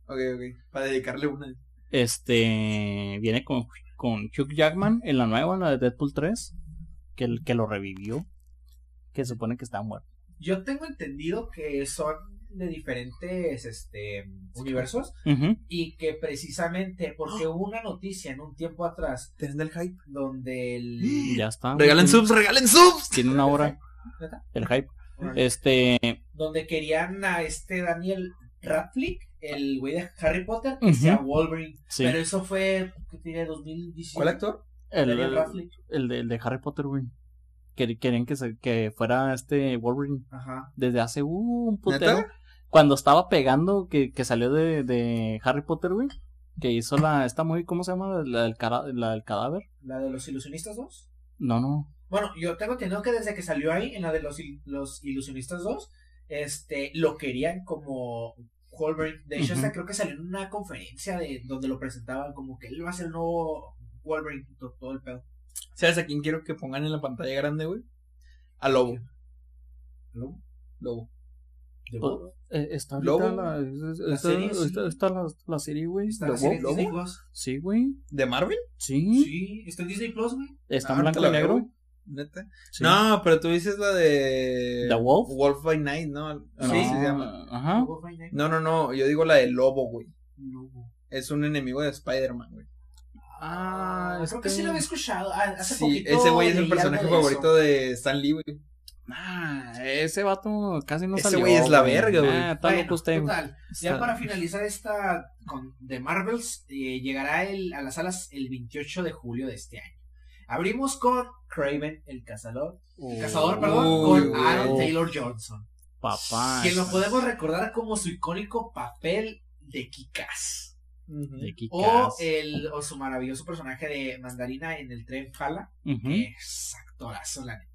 B: Ok, ok. Para dedicarle una.
C: Este viene con, con Hugh Jackman en la nueva, la de Deadpool 3, que, el- que lo revivió, que se supone que está muerto.
D: Yo tengo entendido que son de diferentes este, universos
C: Ujú.
D: y que precisamente porque hubo una noticia en un tiempo atrás
B: Teniendo el hype.
D: donde el...
C: Ya está. güey.
B: Regalen
C: Tiene-
B: subs, regalen subs.
C: Tiene una hora.
D: ¿Neta?
C: El hype.
D: Órale.
C: Este,
D: donde querían a este Daniel Radcliffe, el güey de Harry Potter, que sea
C: Ujú.
D: Wolverine.
C: sí.
D: Pero eso fue, ¿qué te diré? 2017.
B: ¿Cuál actor?
C: el,
D: Daniel
C: el,
D: Radcliffe.
C: el de, el de Harry Potter, güey. Quer- Querían que, se, que fuera este Wolverine
D: Ajá.
C: desde hace uh, un putero.
B: ¿Neta?
C: Cuando estaba pegando, que, que salió de, de Harry Potter, güey. Que hizo la. Esta movie, ¿cómo se llama? La del, cara- la del cadáver.
D: La de los ilusionistas 2.
C: No, no.
D: Bueno, yo tengo entendido que desde que salió ahí, en la de los, il- los ilusionistas 2, este, lo querían como Wolverine. De hecho, hasta
C: Ujú.
D: creo que salió en una conferencia de donde lo presentaban como que él va a ser el nuevo Wolverine, to- todo el pedo.
B: ¿Sabes a quién quiero que pongan en la pantalla grande, güey? A Lobo.
D: ¿Lobo?
B: Lobo.
D: ¿De
C: Pues,
D: Wolverine?
C: eh, está ahorita
B: Lobo.
C: la, es- es-
D: La
C: está,
D: serie, sí.
C: está- está la, la serie, güey.
D: ¿Está en
C: de
D: la serie
C: Bob.
D: en Disney Plus?
C: Sí, güey.
B: ¿De Marvel?
C: Sí.
D: Sí, está en Disney Plus, güey.
C: Está en
B: Ah, ahorita
C: blanco
B: la
C: y
B: veo,
C: negro.
B: güey. ¿Neta?
C: Sí.
B: No, pero tú dices la de...
C: ¿The Wolf?
B: Wolf by Night, ¿no?
C: No,
B: Sí, se llama.
C: Ah, Ajá.
D: Wolverine, ¿eh?
B: No, no, no. Yo digo la de Lobo, güey.
D: Lobo.
B: Es un enemigo de Spider-Man, güey.
C: Ah,
D: Creo que sí lo había escuchado. ah, Hace
B: este Sí,
D: poquito
B: ese güey es el
D: leí algo
B: personaje
D: de
B: favorito
D: eso.
B: de Stan Lee, güey.
C: Ah, ese vato casi no
B: Ese
C: salió.
B: güey es la verga, güey.
C: Ah, está
D: Bueno,
C: loco usted. güey.
D: total,
C: Está-
D: Ya para finalizar esta con de Marvels, eh, llegará el- a las salas el 28 de julio de este año. Abrimos con Craven, el cazador,
C: Oh.
D: el cazador, perdón,
B: Uy,
D: con
B: güey.
D: Aaron Taylor Johnson,
C: Papá.
D: quien lo podemos recordar como su icónico papel de Kikas.
C: De
D: O,
B: eh,
C: Kick-Ass.
D: el, o su maravilloso personaje de Mandarina en el tren Fala.
C: Ujú.
D: Es actorazo, la neta.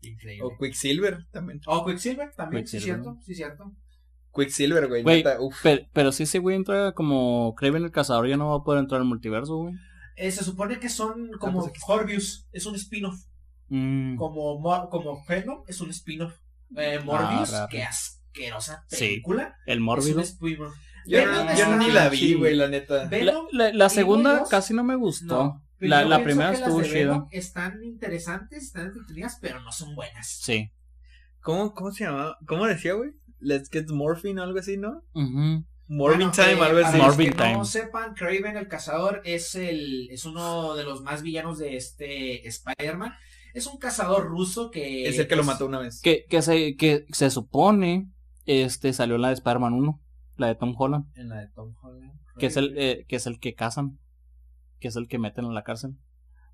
D: Increíble.
B: O Quicksilver también.
D: O Quicksilver también, sí,
C: Quicksilver.
D: cierto, sí, cierto.
B: Quicksilver, güey.
C: Güey.
B: neta, uf.
C: Pero, pero si ese güey entra como Kraven el cazador, ya no va a poder entrar al multiverso, güey.
D: Eh, se supone que son
C: Ah,
D: como
B: pues aquí
D: Horbius, es un spin-off.
C: Mm.
D: Como, Mor- como Venom es un spin-off. Eh, Morbius,
C: arre, arre.
D: qué asquerosa
C: Sí,
D: película.
C: El
D: es
C: mórbido.
D: un spin-off.
B: Yo,
D: Venom
B: no,
D: es
B: yo
D: una
B: ni la vi,
D: chingada.
B: güey, la neta.
C: La,
D: Venom,
C: la- la
D: Digo
C: segunda
D: yo,
C: casi no me gustó.
D: no. Pero
C: La-
D: yo
C: la
D: pienso
C: primera
D: que las
C: estuvo
D: de
C: chida.
D: Venom Están interesantes, están entretenidas, pero no son buenas.
C: Sí.
B: ¿Cómo, ¿Cómo se llamaba? ¿Cómo decía, güey? Let's get morphine o algo así, ¿no?
C: Ujú.
D: Ah,
B: Morphine
D: eh,
B: time, algo así.
D: Morbin
C: Morphin- Morbin
D: Time.
C: Time.
D: No sepan, Craven el cazador es el es uno de los más villanos de este Spider-Man. Es un cazador ruso que
B: es el que lo
D: pues,
B: mató una vez.
C: Que, que, se, que se supone este salió la de Spider-Man 1, la de Tom Holland,
D: en la de Tom Holland.
C: que es, el,
D: Craven.
C: eh, que es el que cazan, que es el que meten a la cárcel.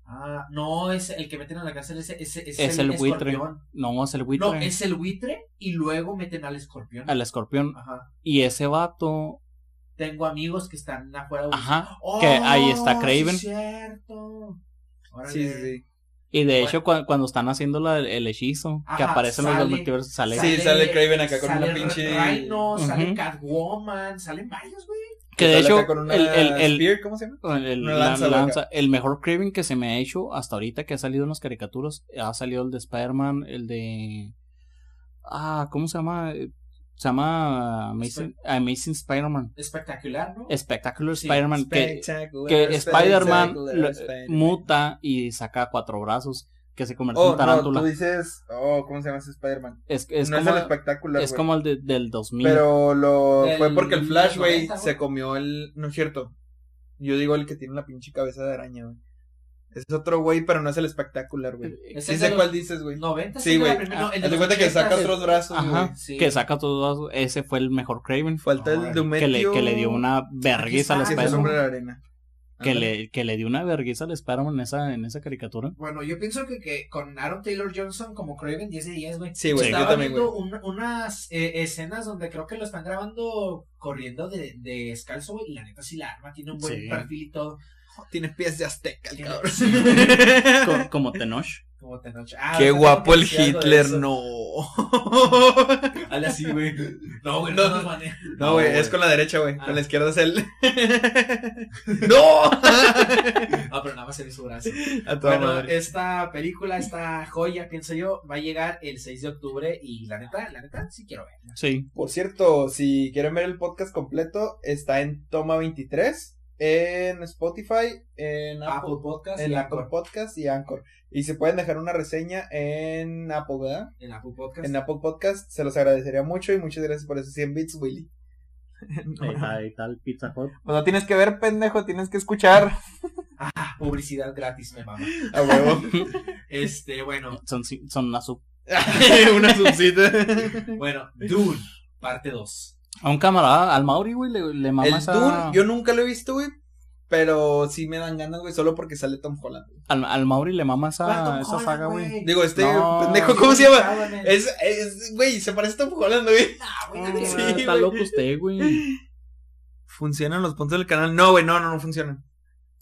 D: Ah, no, es el que meten a la cárcel es, es, es,
C: Es el buitre.
D: escorpión.
C: No, es el buitre,
D: No, es el buitre y luego meten al escorpión.
C: al escorpión.
D: Ajá.
C: Y ese vato,
D: Tengo amigos que están afuera. buscando-
C: ajá.
D: ¡Oh,
C: Ah, que ahí está
D: sí,
C: Craven.
D: cierto. Órale.
B: Sí, sí,
C: Y de hecho, cua- cuando están haciendo la- el hechizo, que
D: Ajá,
C: aparecen los dos
D: sale-
C: multiversos,
B: sí.
C: sale.
B: Sí, sale Craven acá con
D: sale
B: una pinche.
D: Rhino,
C: Ujú.
D: sale Catwoman, salen varios, güey.
C: que de
B: sale
C: hecho,
B: acá con una
C: el, el, el-
B: spear, ¿cómo se llama?
C: el-
B: una
C: la-
B: lanza,
C: la
B: güey,
C: lanza- el mejor Craven que se me ha hecho hasta ahorita que ha salido en las caricaturas, ha salido el de Spider-Man, el de... Ah, ¿cómo se llama? Eh, Se llama Amazing, Amazing Spider-Man.
D: Espectacular, ¿no?
C: Espectacular
D: Sí,
C: Spider-Man. Que,
B: Spectacular,
C: que Spider-Man
B: spectacular,
C: lo-
B: Spider-Man.
C: muta y saca cuatro brazos. que se convierte
B: Oh,
C: en
B: no,
C: tarántula.
B: tú dices, oh, ¿cómo se llama ese Spider-Man?
C: es es
B: no
C: como,
B: es el espectacular,
C: es
B: güey.
C: como el de- del 2000.
B: Pero lo
D: Del-
B: fue porque el Flash, güey,
D: 90, güey.
B: se comió el. No es cierto. Yo digo el que tiene la pinche cabeza de araña, güey. Es otro güey, pero no es el espectacular, güey.
C: Eh,
D: Es
B: Sí
D: el
B: sé
D: de
B: cuál
D: los
B: dices, güey.
D: 90.
B: Sí, güey.
D: el de la primera- no, el de
B: Haz
D: los
B: de cuenta que
D: 80s.
B: saca otros brazos,
C: Ajá.
B: güey.
D: Sí.
C: que saca todo ese fue el mejor Craven
B: Falta
D: No,
B: el Dumetio.
C: que le, que le dio una vergüenza al
B: Que es el
D: Spider-Man.
B: hombre de
C: Spider-Man
B: la arena.
C: que
B: Ándale.
C: le, que le dio una vergüenza al Spider-Man en esa, en esa caricatura
D: Bueno, yo pienso que, que con Aaron Taylor Johnson como Craven 10 de 10, güey.
B: Sí, güey,
C: Sí.
B: yo
D: Estaba
B: también, güey.
D: viendo un- unas eh, escenas donde creo que lo están grabando corriendo de, de descalzo, güey. Y la neta sí la arma, tiene un buen
C: Sí.
D: perfil y todo.
B: Tienes pies de azteca, el
D: Tiene-
B: cabrón.
D: Sí.
C: Co- como Tenoch
D: Como Tenoch. Ah,
B: Qué
D: ahorita
B: guapo
D: tengo que
B: el
D: decir algo de
B: Hitler,
D: eso.
B: no.
D: Hazle así, güey. No, güey,
B: No.
D: no, nos maneja.
B: No, güey,
D: güey.
B: es con la derecha, güey.
D: Ah.
B: Con la izquierda es el. ¡No!
D: Ah, pero nada más en su brazo.
B: A toda
D: Bueno,
B: madre.
D: esta película, esta joya, pienso yo, va a llegar el 6 de octubre. Y la neta, la neta, sí quiero verla.
C: sí
B: Por cierto, si quieren ver el podcast completo, está en Toma 23, en Spotify, en Apple,
D: Apple Podcast.
B: en
D: y
B: Apple
D: Anchor.
B: Podcast y Anchor. Y si pueden dejar una reseña en Apple, ¿verdad?
D: En Apple Podcast.
B: En Apple Podcast, se los agradecería mucho y muchas gracias por esos 100 bits, Willy.
C: ahí está, Eh, ahí está el Pizza Hut
B: Pues no tienes que ver, pendejo, tienes que escuchar.
D: Ah, publicidad gratis, me mama.
B: A huevo.
D: Este, bueno,
C: son, ci- son una sub
B: una subcita.
D: bueno, Dune, parte 2.
C: a un camarada al Mauri güey le, le mama
B: El
C: esa-
B: Dune, yo nunca lo he visto, güey. Pero sí me dan ganas, güey, solo porque sale Tom Holland.
C: al, al Mauri le mama esa, esa saga güey
B: Digo, este
C: No,
B: pendejo, ¿cómo se llama? Es, es, güey, se parece a Tom Holland, güey.
C: Ah,
B: Sí,
C: está
B: güey.
C: loco usted güey
B: ¿Funcionan los puntos del canal? No, güey, no, no, no funcionan.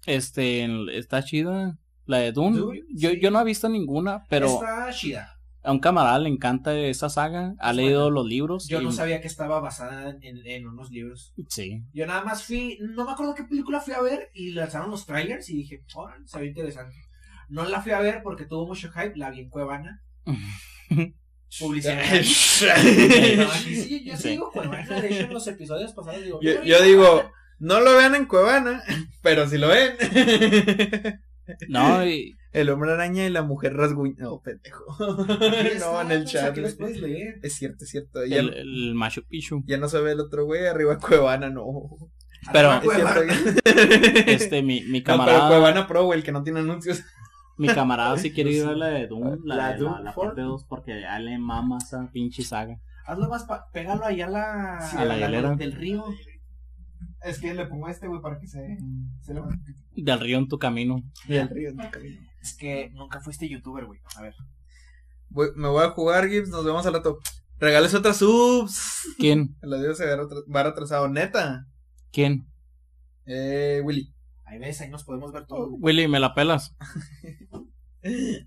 C: este está chida la de Dune,
D: Dune,
C: yo,
D: sí.
C: yo no he visto ninguna pero
D: Está chida.
C: a un camarada le encanta esa saga ha
D: Es
C: leído
D: buena.
C: los libros
D: Yo
C: y-
D: no sabía que estaba basada en, en unos libros.
C: sí
D: Yo nada más fui, no me acuerdo qué película fui a ver y lanzaron los trailers y dije, "Órale, se ve interesante. No la fui a ver porque tuvo mucho hype, la vi en Cuevana. Publicidad. No, aquí sí, yo
C: Sí.
D: sí digo Cuevana, de hecho en los episodios pasados digo...
B: Yo-
D: "Quiero ir
B: yo
D: a
B: digo-
D: Cuevana".
B: no lo vean en Cuevana, pero si lo ven.
C: no y-
B: El hombre araña y la mujer rasguña. No, pendejo.
D: Aquí está,
B: No, en el
D: pues,
B: chat. este.
D: Aquí los puedes leer.
B: Es cierto, es cierto. Ya,
C: el, el Machu Picchu.
B: ya no se ve el otro güey arriba Cuevana, no.
C: Pero-
B: Es cierto.
C: Este, mi, mi
B: No, pero
C: camarada,
B: Cuevana Pro, güey, el que no tiene anuncios.
C: mi camarada sí quiere ir a la de Doom, la,
D: La
C: de la-
D: Doom
C: la
D: Four.
C: parte 2, porque a él le mama esa pinche saga.
D: Hazlo más, pa- pégalo allá a la...
B: Sí,
C: a la hielera.
D: Del río.
B: Es que le pongo este, güey, para que se, se lo
C: Del río en tu camino.
B: Y el río en tu camino.
D: Es que nunca fuiste youtuber, güey. A ver.
B: Voy- me voy a jugar, Gibbs. Nos vemos al rato. Regales otra subs.
C: ¿Quién?
B: El audio se va atras- va atrasado, neta.
C: ¿Quién?
B: Eh, Willy.
D: Ahí ves, ahí nos podemos ver
B: Oh.
D: todo.
C: Willy, ¿me la pelas?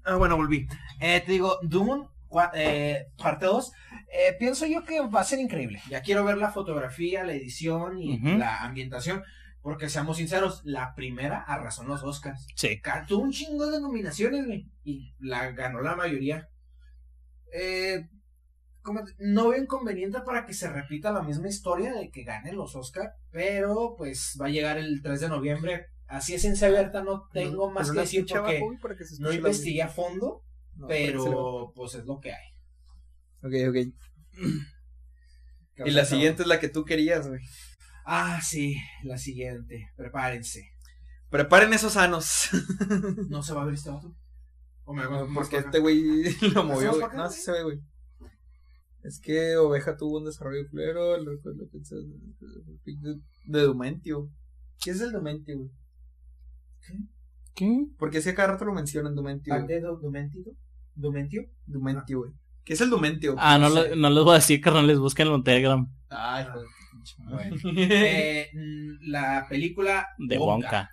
D: Ah, bueno, volví. Eh, te digo, Doom, eh, parte 2. eh, pienso yo que va a ser increíble. Ya quiero ver la fotografía, la edición y
C: Ujú.
D: la ambientación. Porque seamos sinceros, la primera arrasó en los Oscars.
C: Sí.
D: Cantó un chingo de nominaciones, güey. Y la ganó la mayoría. Eh, como te- no veo inconveniente para que se repita la misma historia de que ganen los Oscars. Pero pues va a llegar el 3 de noviembre. Así es en abierta, no
B: Pues,
D: tengo más que decir porque no investigué a fondo. Pero pues es lo que hay.
B: Ok, ok. Y la siguiente es la que tú querías, güey.
D: Ah, sí, la siguiente. Prepárense.
B: Preparen esos anos.
D: ¿No se va a ver este vato? O me hago
B: Porque
D: más
B: este güey lo
D: ¿Hacemos
B: movió, güey.
D: para acá,
B: No,
D: güey?
B: sí se ve, güey. Es que Oveja tuvo un desarrollo culero. Lo que lo que se- De Dumentio. ¿Qué es el Dumentio, güey?
C: ¿Quién?
B: Porque si a cada rato lo mencionan Dumentio. güey.
D: ¿Parte de Dumentio? ¿Dumentio?
B: Dumentio, güey. ¿Qué es el Dumentio?
C: Ah, no,
B: sé.
C: le- no les voy a decir, carnal, les busquen en Telegram.
B: Ay, hijo de tu pinche madre.
D: Bueno. Eh, mm, la película
C: De Wonka.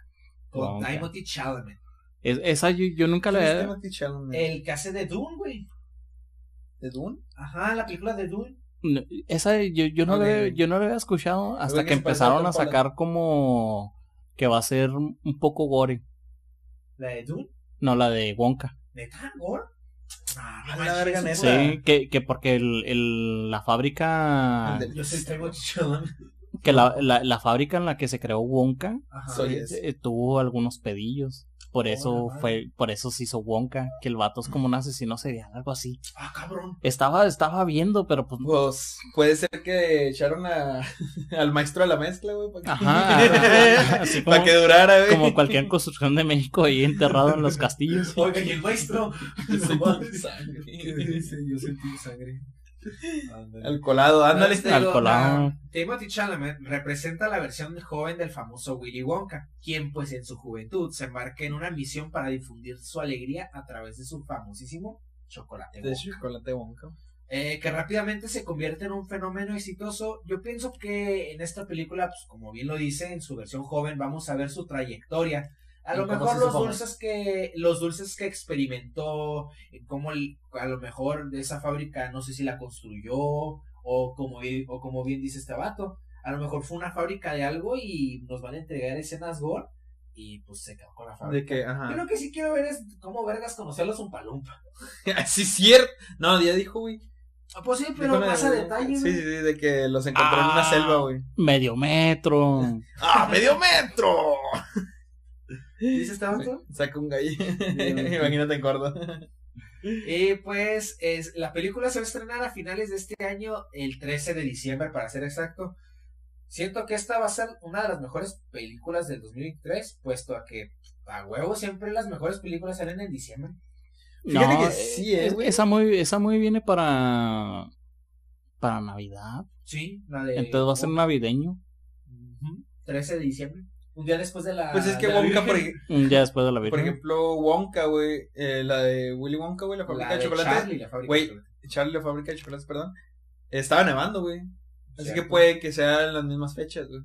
D: Con
C: Wonka.
D: Timothy Chalamet.
C: Es- esa yo, yo nunca la
B: ¿Quién es
C: he...
B: Timothy Chalamet?
D: El que hace de Dune, güey.
B: Mm. ¿De Dune?
D: Ajá, la película de Dune.
C: no, Esa yo, yo, no
B: Ok,
C: la he-
B: ok.
C: yo no la había escuchado hasta
B: Creo
C: que,
B: que se parece a
C: empezaron a
B: Tom Holland.
C: sacar como... Que va a ser un poco gore.
D: La de Dune.
C: No, la de Wonka.
D: ¿Neta, Gore? Ah,
B: A la
D: manches,
B: verga, neta.
D: eso-
C: Sí, que, que porque el, el- la fábrica...
B: El de-
D: Yo soy Timothy Chalamet.
C: Que la, la, la fábrica en la que se creó Wonka
D: Ajá.
B: Soy-
C: eh,
B: es.
C: eh, tuvo algunos pedillos. Por
B: Oh,
C: eso
D: madre.
C: fue, por eso se hizo Wonka, que el vato es como
B: Mm.
C: un asesino serial, algo así.
D: Ah, cabrón.
C: Estaba, estaba viendo, pero pues
B: Pues puede ser que echaron a, al maestro a la mezcla, güey. Para que,
C: Ajá, ajá, así
B: pa'
C: como-
B: que durara, güey.
C: como cualquier construcción de México ahí enterrado en los castillos.
D: Oiga, y el maestro.
B: Sangre.
D: yo sentí sangre. Ándale.
B: Al colado, ándale.
D: Entonces, te digo,
C: Al colado.
D: ah, Timothy Chalamet representa la versión joven del famoso Willy Wonka, quien pues en su juventud se embarca en una misión para difundir su alegría a través de su famosísimo chocolate.
B: De
D: Wonka,
B: chocolate Wonka.
D: eh, que rápidamente se convierte en un fenómeno exitoso. Yo pienso que en esta película, pues como bien lo dice, en su versión joven vamos a ver su trayectoria. A
B: ¿Y
D: lo
B: cómo
D: mejor
B: se hizo
D: los
B: famoso?
D: dulces que los dulces que experimentó, eh, como el- a lo mejor de esa fábrica, no sé si la construyó o como bien, o como bien dice este vato, a lo mejor fue una fábrica de algo y nos van a entregar escenas gore y pues se quedó con la
B: De
D: fábrica.
B: que,
D: Yo
B: ajá.
D: lo que ah. sí quiero ver es cómo vergas conocerlos un palumpa.
B: sí, cierto. No, ya dijo, güey.
D: Ah, pues sí,
B: Dijo
D: pero
B: una-
D: más a detalle.
B: Sí,
D: güey.
B: sí, sí, de que los encontraron en una
C: Ah.
B: selva, güey.
C: Medio metro.
B: ¡Ah, medio metro!
D: ¿Dice este vato?
B: Saca un gallo. Imagínate en Córdoba.
D: Y pues es, la película se va a estrenar a finales de este año, el 13 de diciembre para ser exacto. Siento que esta va a ser una de las mejores películas del 2003, puesto a que a huevo siempre las mejores películas salen en diciembre.
B: Fíjate
C: No,
B: que sí, eh,
C: es-
B: güey.
C: esa muy, esa muy viene para para Navidad.
D: Sí, la de...
C: Entonces va a ser navideño.
D: Ujú, 13 de diciembre, un día después de la...
B: Pues es que
D: de Ah, la
B: Wonka, por,
D: Virgen.
B: ej-
C: Mm, Ya después de la
B: por
C: Virgen.
B: ejemplo, Wonka, güey. eh, la de Willy Wonka, güey, la fábrica
D: La
B: de
D: de
B: chocolates.
D: Charlie, la fábrica
B: Güey,
D: de chocolate.
B: Charlie, la fábrica de chocolates, perdón. Estaba nevando, güey. Así
D: Cierto.
B: que puede que sean las mismas fechas, güey.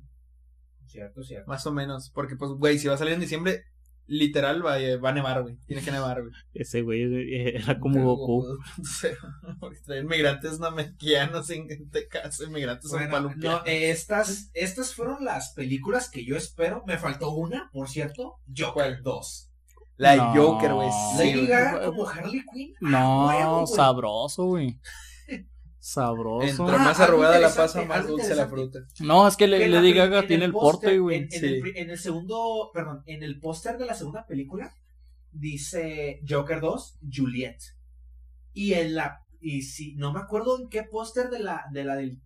D: Cierto, cierto.
B: Más o menos. Porque, pues, güey, si va a salir en diciembre, literal va, eh, va a nevar, güey. Tiene que nevar, güey.
C: Ese güey eh, era como Goku.
B: Porque traen migrantes no mexicanos en este caso, inmigrantes son
D: Bueno,
B: palumpianos.
D: no, eh, estas, estas fueron las películas que yo espero. Me faltó una, por cierto, Joker
B: ¿Cuál?
D: 2.
B: La
C: No.
B: Joker, güey.
C: Sí,
D: Lady
B: Sí, güey.
D: Gaga como Harley Quinn.
C: No,
D: Ah, huevo, güey.
C: sabroso, güey. Sabroso.
B: Entre
D: Ah,
B: más
D: algo
B: arrugada la
D: interesante,
B: pasa, más
D: algo
B: dulce la fruta.
D: interesante.
C: No, es que
D: Que
C: le,
D: la
C: Lady
D: peli-
C: Gaga
D: en
C: tiene el
D: póster,
C: porte, güey.
D: En, en el,
B: Sí.
D: pri- en el segundo, perdón, en el póster de la segunda película dice Joker 2, Juliet. Y en la, y si no me acuerdo en qué póster de la, de la del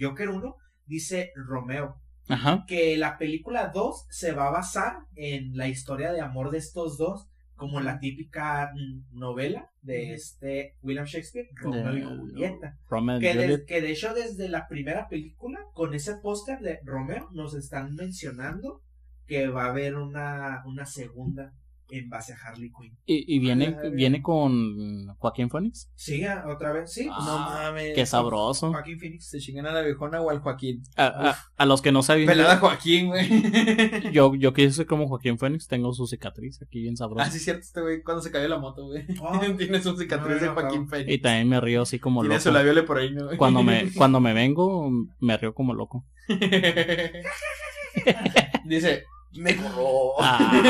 D: Joker 1 dice Romeo.
C: Ajá.
D: que la película 2 se va a basar en la historia de amor de estos dos, como la típica mm, novela de este William Shakespeare, Romeo y
C: De-
D: Julieta.
C: Romeo and
D: Que, de-
C: Juliet.
D: que de hecho desde la primera película, con ese póster de Romeo, nos están mencionando que va a haber una, una segunda en base a Harley Quinn.
C: Y, y viene,
B: Madre.
C: viene con Joaquín Phoenix.
D: ¿Sí? ah, ¿Otra vez? Sí.
C: Ah,
B: No
D: Eh,
B: mames.
C: Qué
B: Ah.
C: sabroso.
D: Joaquin Phoenix.
B: Se chingan a la viejona o al Joaquín.
C: A, a- a los que no sabían,
B: Pelada Joaquín, güey.
C: yo, yo que soy como Joaquín Phoenix, tengo su cicatriz aquí bien sabrosa.
B: Ah, sí, cierto, este güey, cuando se cayó la moto, güey.
D: Oh,
B: Tiene su cicatriz
D: No,
B: de
D: no,
B: Joaquín
D: no.
C: Y
B: Pérez.
C: también me río así como
B: Tiene
C: loco.
B: su labio leporino, güey.
C: Cuando me, cuando me vengo, me río como loco.
B: Dice, me
D: Oh.
B: corró.
C: Ah,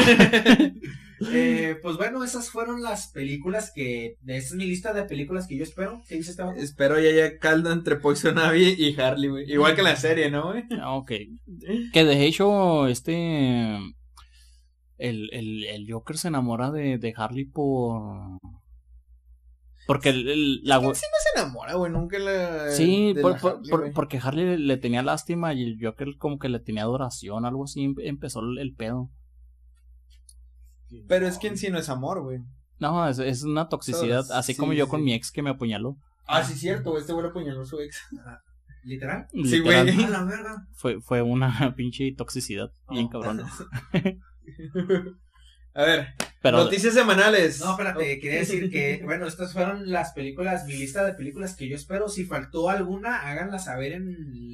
D: Eh, pues bueno, esas fueron las películas que... Esa es mi lista de películas que yo espero. ¿Qué dice Esteban?
B: Espero ya haya caldo entre Poison Ivy y Harley, güey. Igual que en la serie, ¿no, güey?
C: Ah, ok. Que de hecho, este. El, el, el Joker se enamora de, de Harley por. Porque el- el- la.
B: ¿Quién sí no se enamora, güey? Nunca la.
C: Sí,
B: de
C: por-
B: la
C: por-
B: Harley,
C: por-
B: güey.
C: porque Harley le, le tenía lástima y el Joker como que le tenía adoración, algo así, em- empezó el, el pedo.
B: Pero es que en sí no es amor, güey.
C: No, es, es una toxicidad,
B: Todas,
C: así
B: sí,
C: como yo
B: sí.
C: con mi ex que me apuñaló.
B: Ah, sí, cierto, güey. Este güey le apuñaló a su ex.
D: ¿Literal?
B: Sí,
C: literal,
B: güey.
D: A la verga.
C: Fue, fue una pinche toxicidad, bien
D: Oh.
C: cabrón.
B: A ver,
C: Pero
B: noticias semanales.
D: No, espérate, quería decir que, bueno, estas fueron las películas, mi lista de películas que yo espero. Si faltó alguna, háganla saber en,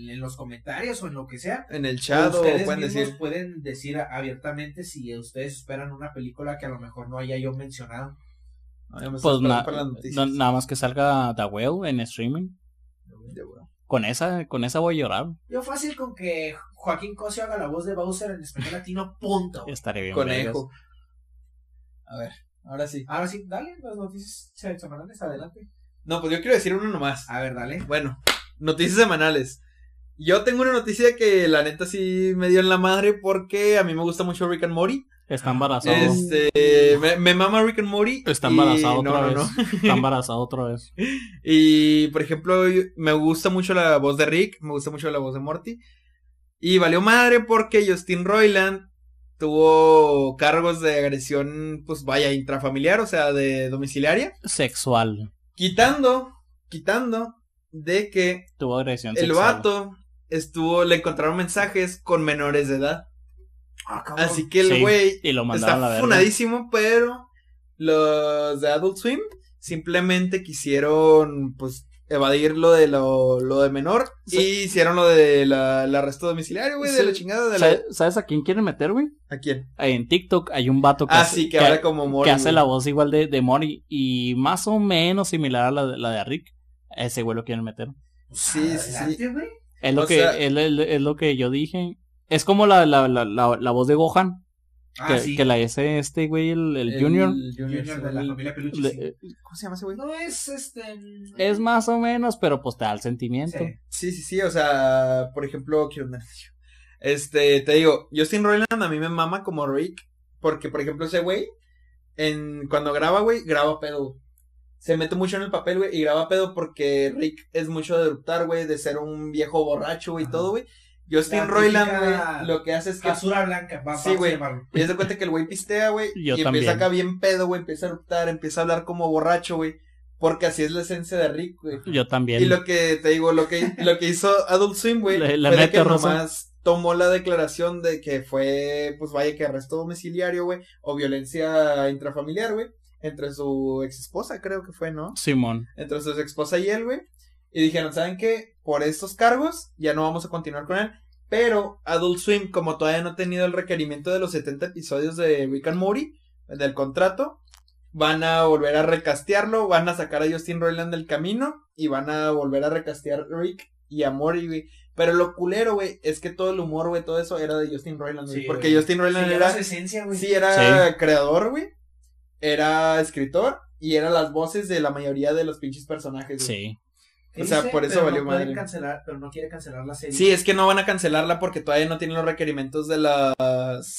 D: en los comentarios o en lo que sea.
B: En el chat o
D: ustedes
B: pueden
D: mismos
B: decir.
D: pueden decir abiertamente si ustedes esperan una película que a lo mejor no haya yo mencionado.
B: Ay, me
C: pues
B: estás
C: na-
B: para las
C: na-
B: noticias.
C: nada más que salga The Whale en streaming.
B: De huevo.
C: Con esa, con esa voy a llorar.
D: Yo fácil con que Joaquín Cosio haga la voz de Bowser en español latino, punto.
C: Estaré bien. vergas.
B: Conejo. A ver, ahora sí.
D: Ahora sí, dale las noticias semanales, adelante.
B: No, pues yo quiero decir uno nomás.
D: A ver, dale.
B: Bueno, noticias semanales. Yo tengo una noticia que la neta sí me dio en la madre porque a mí me gusta mucho Rick and Morty.
C: Está embarazado.
B: Este, me, me mama Rick and Morty.
C: Está
B: y-
C: embarazado
B: no, no,
C: otra
B: no.
C: vez. Está embarazado otra vez.
B: Y por ejemplo, yo- me gusta mucho la voz de Rick, me gusta mucho la voz de Morty. Y valió madre porque Justin Roiland tuvo cargos de agresión, pues vaya, intrafamiliar, o sea, de domiciliaria.
C: Sexual.
B: Quitando, quitando de que
C: Tuvo agresión
B: el
C: sexual.
B: vato estuvo, le encontraron mensajes con menores de edad.
D: Ah, cabrón.
B: Así que el
C: Sí,
B: güey
C: Y lo mandaron a la
B: Está
C: verga.
B: funadísimo, pero los de Adult Swim simplemente quisieron, pues, evadir lo de lo, lo de menor
C: Sí.
B: y hicieron lo de la, el arresto domiciliario, güey, de
C: Sí.
B: la chingada de la...
C: ¿Sabes, sabes a quién quieren meter, güey?
B: ¿A quién?
C: En TikTok hay un vato que,
B: Ah,
C: hace-
B: sí, que,
C: que-
B: habla como Mori.
C: que hace
B: güey.
C: la voz igual de, de Mori y más o menos similar a la, de- la de Rick. A Ese güey lo quieren meter.
B: Sí, sí, sí.
D: Adelante, güey.
C: Es lo,
B: O
C: que,
B: sea-
C: es, es- es lo que yo dije. Es como la, la, la, la, la voz de Gohan,
D: Ah,
C: que,
D: sí.
C: que la hace este güey, el, el Junior.
D: Junior de la familia Peluche.
C: Le-
D: sí.
B: ¿Cómo se llama ese güey?
D: No es este. mm,
C: es más o menos, pero pues te da el sentimiento.
D: sí.
B: Sí, sí, sí, o sea, por ejemplo, quiero una- Este, te digo, Justin Roiland a mí me mama como Rick, porque por ejemplo ese güey, en, cuando graba, güey, graba pedo. Se mete mucho en el papel, güey, y graba pedo porque Rick es mucho de eruptar, güey, de ser un viejo borracho, güey, y
D: Ajá.
B: todo, güey. Justin
D: La
B: Roiland,
D: típica
B: güey, lo que hace es que...
D: Basura blanca, va,
B: Sí,
D: vamos a
B: güey.
D: llamarlo.
B: Y se cuenta que el güey pistea, güey, y
C: Yo
B: empieza
C: también.
B: acá bien pedo, güey, empieza a eruptar, empieza a hablar como borracho, güey, porque así es la esencia de Rick, güey.
C: Yo también.
B: Y lo que te digo, lo que, lo que hizo Adult Swim, güey,
C: La- la
B: fue de
C: neta,
B: que
C: Rosa.
B: nomás tomó la declaración de que fue, pues vaya que arresto domiciliario, güey, o violencia intrafamiliar, güey, entre su ex esposa, creo que fue, ¿no?
C: Simón.
B: Entre su ex esposa y él, güey. Y dijeron, ¿saben qué? Por estos cargos ya no vamos a continuar con él. Pero Adult Swim, como todavía no ha tenido el requerimiento de los 70 episodios de Rick and Morty, del contrato, van a volver a recastearlo, van a sacar a Justin Roiland del camino y van a volver a recastear Rick y a Morty, güey. Pero lo culero, güey, es que todo el humor, güey, todo eso era de Justin Roiland, güey.
D: Sí,
B: porque
D: güey.
B: Justin Roiland
D: Se
B: era...
D: llama su esencia, güey.
B: Sí, era creador, güey. Era escritor y era las voces de la mayoría de los pinches personajes. güey.
C: Sí.
D: ¿Qué
B: o sea, por eso
D: pero
B: valió
D: no pueden
B: madre.
D: cancelar, pero no quiere cancelar la serie.
B: Sí, es que no van a cancelarla porque todavía no tienen los requerimientos de las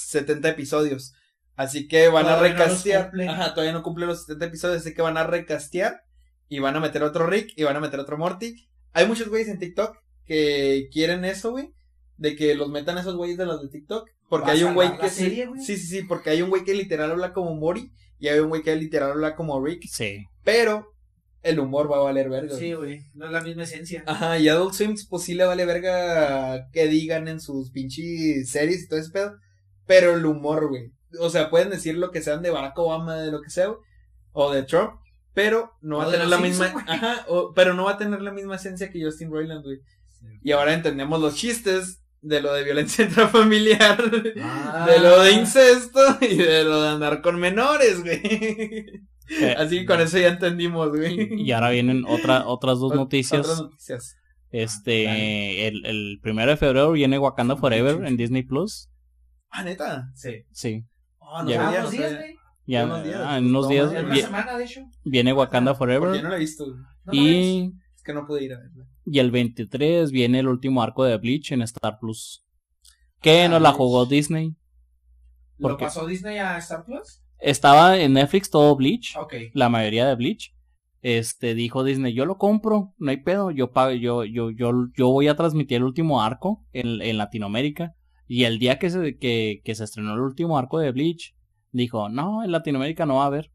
B: 70 episodios. Así que van
D: Todavía
B: a
D: no los
B: recastear.
D: cumple.
B: Ajá, todavía no cumple los 70 episodios, así que van a recastear y van a meter otro Rick y van a meter otro Morty. Hay muchos güeyes en TikTok que quieren eso, güey. De que los metan a esos güeyes de los de TikTok. Porque
D: Va a
B: hay un güey
D: salvar la
B: que. sí-
D: serie, güey.
B: sí, sí, sí, porque hay un güey que literal habla como Mori y hay un güey que literal habla como Rick.
C: Sí.
B: Pero el humor va a valer verga. Ah, güey.
D: Sí, güey. No es la misma esencia.
B: Ajá, y Adult Swim, pues sí le vale verga que digan en sus pinches series y todo ese pedo. Pero el humor, güey. O sea, pueden decir lo que sean de Barack Obama, de lo que sea, güey, o de Trump, pero no va
D: O
B: a
D: de
B: tener la
D: los
B: misma.
D: Simpson, güey.
B: Ajá, o- pero no va a tener la misma esencia que Justin Roiland, güey. Y ahora entendemos los chistes de lo de violencia intrafamiliar,
D: Ah.
B: de lo de incesto y de lo de andar con menores, güey.
C: Eh,
B: Así que con eso ya entendimos, güey.
C: Y ahora vienen otra, otras dos
B: Ot-
C: noticias.
B: Otras Ah, noticias.
C: Este,
D: Dale.
C: el, el primero de febrero viene Wakanda Forever en Disney Plus.
B: Ah, neta.
D: Sí.
C: Sí.
B: Ah, no
C: Ya
D: Ah,
B: sabía,
D: unos
B: no
D: días,
B: sabía.
D: güey.
C: Ya
B: Unos días,
C: ah, en unos
B: pues,
C: días
B: toma,
D: En una
B: Bien.
D: semana, de hecho.
C: vi- viene Wakanda
B: Porque yo
C: Forever.
B: no la he visto. güey.
D: No mames.
C: Y,
B: Es que no pude ir a verla.
C: y el 23 viene el último arco de Bleach en Star Plus. Que nos la
B: Ay.
C: jugó Disney.
D: ¿Lo
C: porque-
D: pasó Disney a Star Plus?
C: Estaba en Netflix todo Bleach.
D: Ok.
C: la mayoría de Bleach, este dijo Disney, yo lo compro, no hay pedo, yo pago, yo, yo, yo, yo voy a transmitir el último arco en, en Latinoamérica. Y el día que se, que, que se estrenó el último arco de Bleach, dijo, no, en Latinoamérica no va a haber.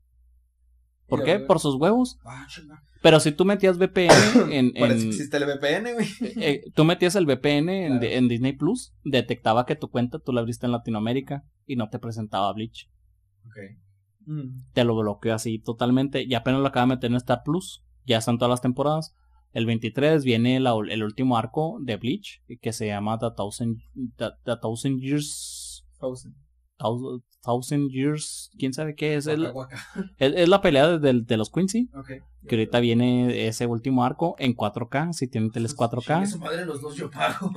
C: ¿Por
B: Ya,
C: qué?
B: güey.
C: Por sus huevos.
D: Ah, chinga.
C: Pero si tú metías VPN en, en-
B: Parece que existe el VPN, güey.
C: eh, tú metías el VPN en,
B: Claro.
C: en Disney Plus, detectaba que tu cuenta tú la abriste en Latinoamérica y no te presentaba Bleach.
D: Ok.
C: te lo bloqueó así totalmente. Y apenas lo acaba de meter en Star Plus. Ya están todas las temporadas. El 23 viene la ul- el último arco de Bleach, que se llama The Thousand, The, The Thousand Years.
B: Frozen.
C: Thous- Thousand Years. ¿Quién sabe qué es? Es,
D: Guaca,
C: la-
D: guaca.
C: es- es la pelea de, de los Quincy.
D: Ok.
C: Que ahorita viene ese último arco en 4K. Si tienen teles
D: Chingue
C: 4K.
D: su madre los dos yo pago.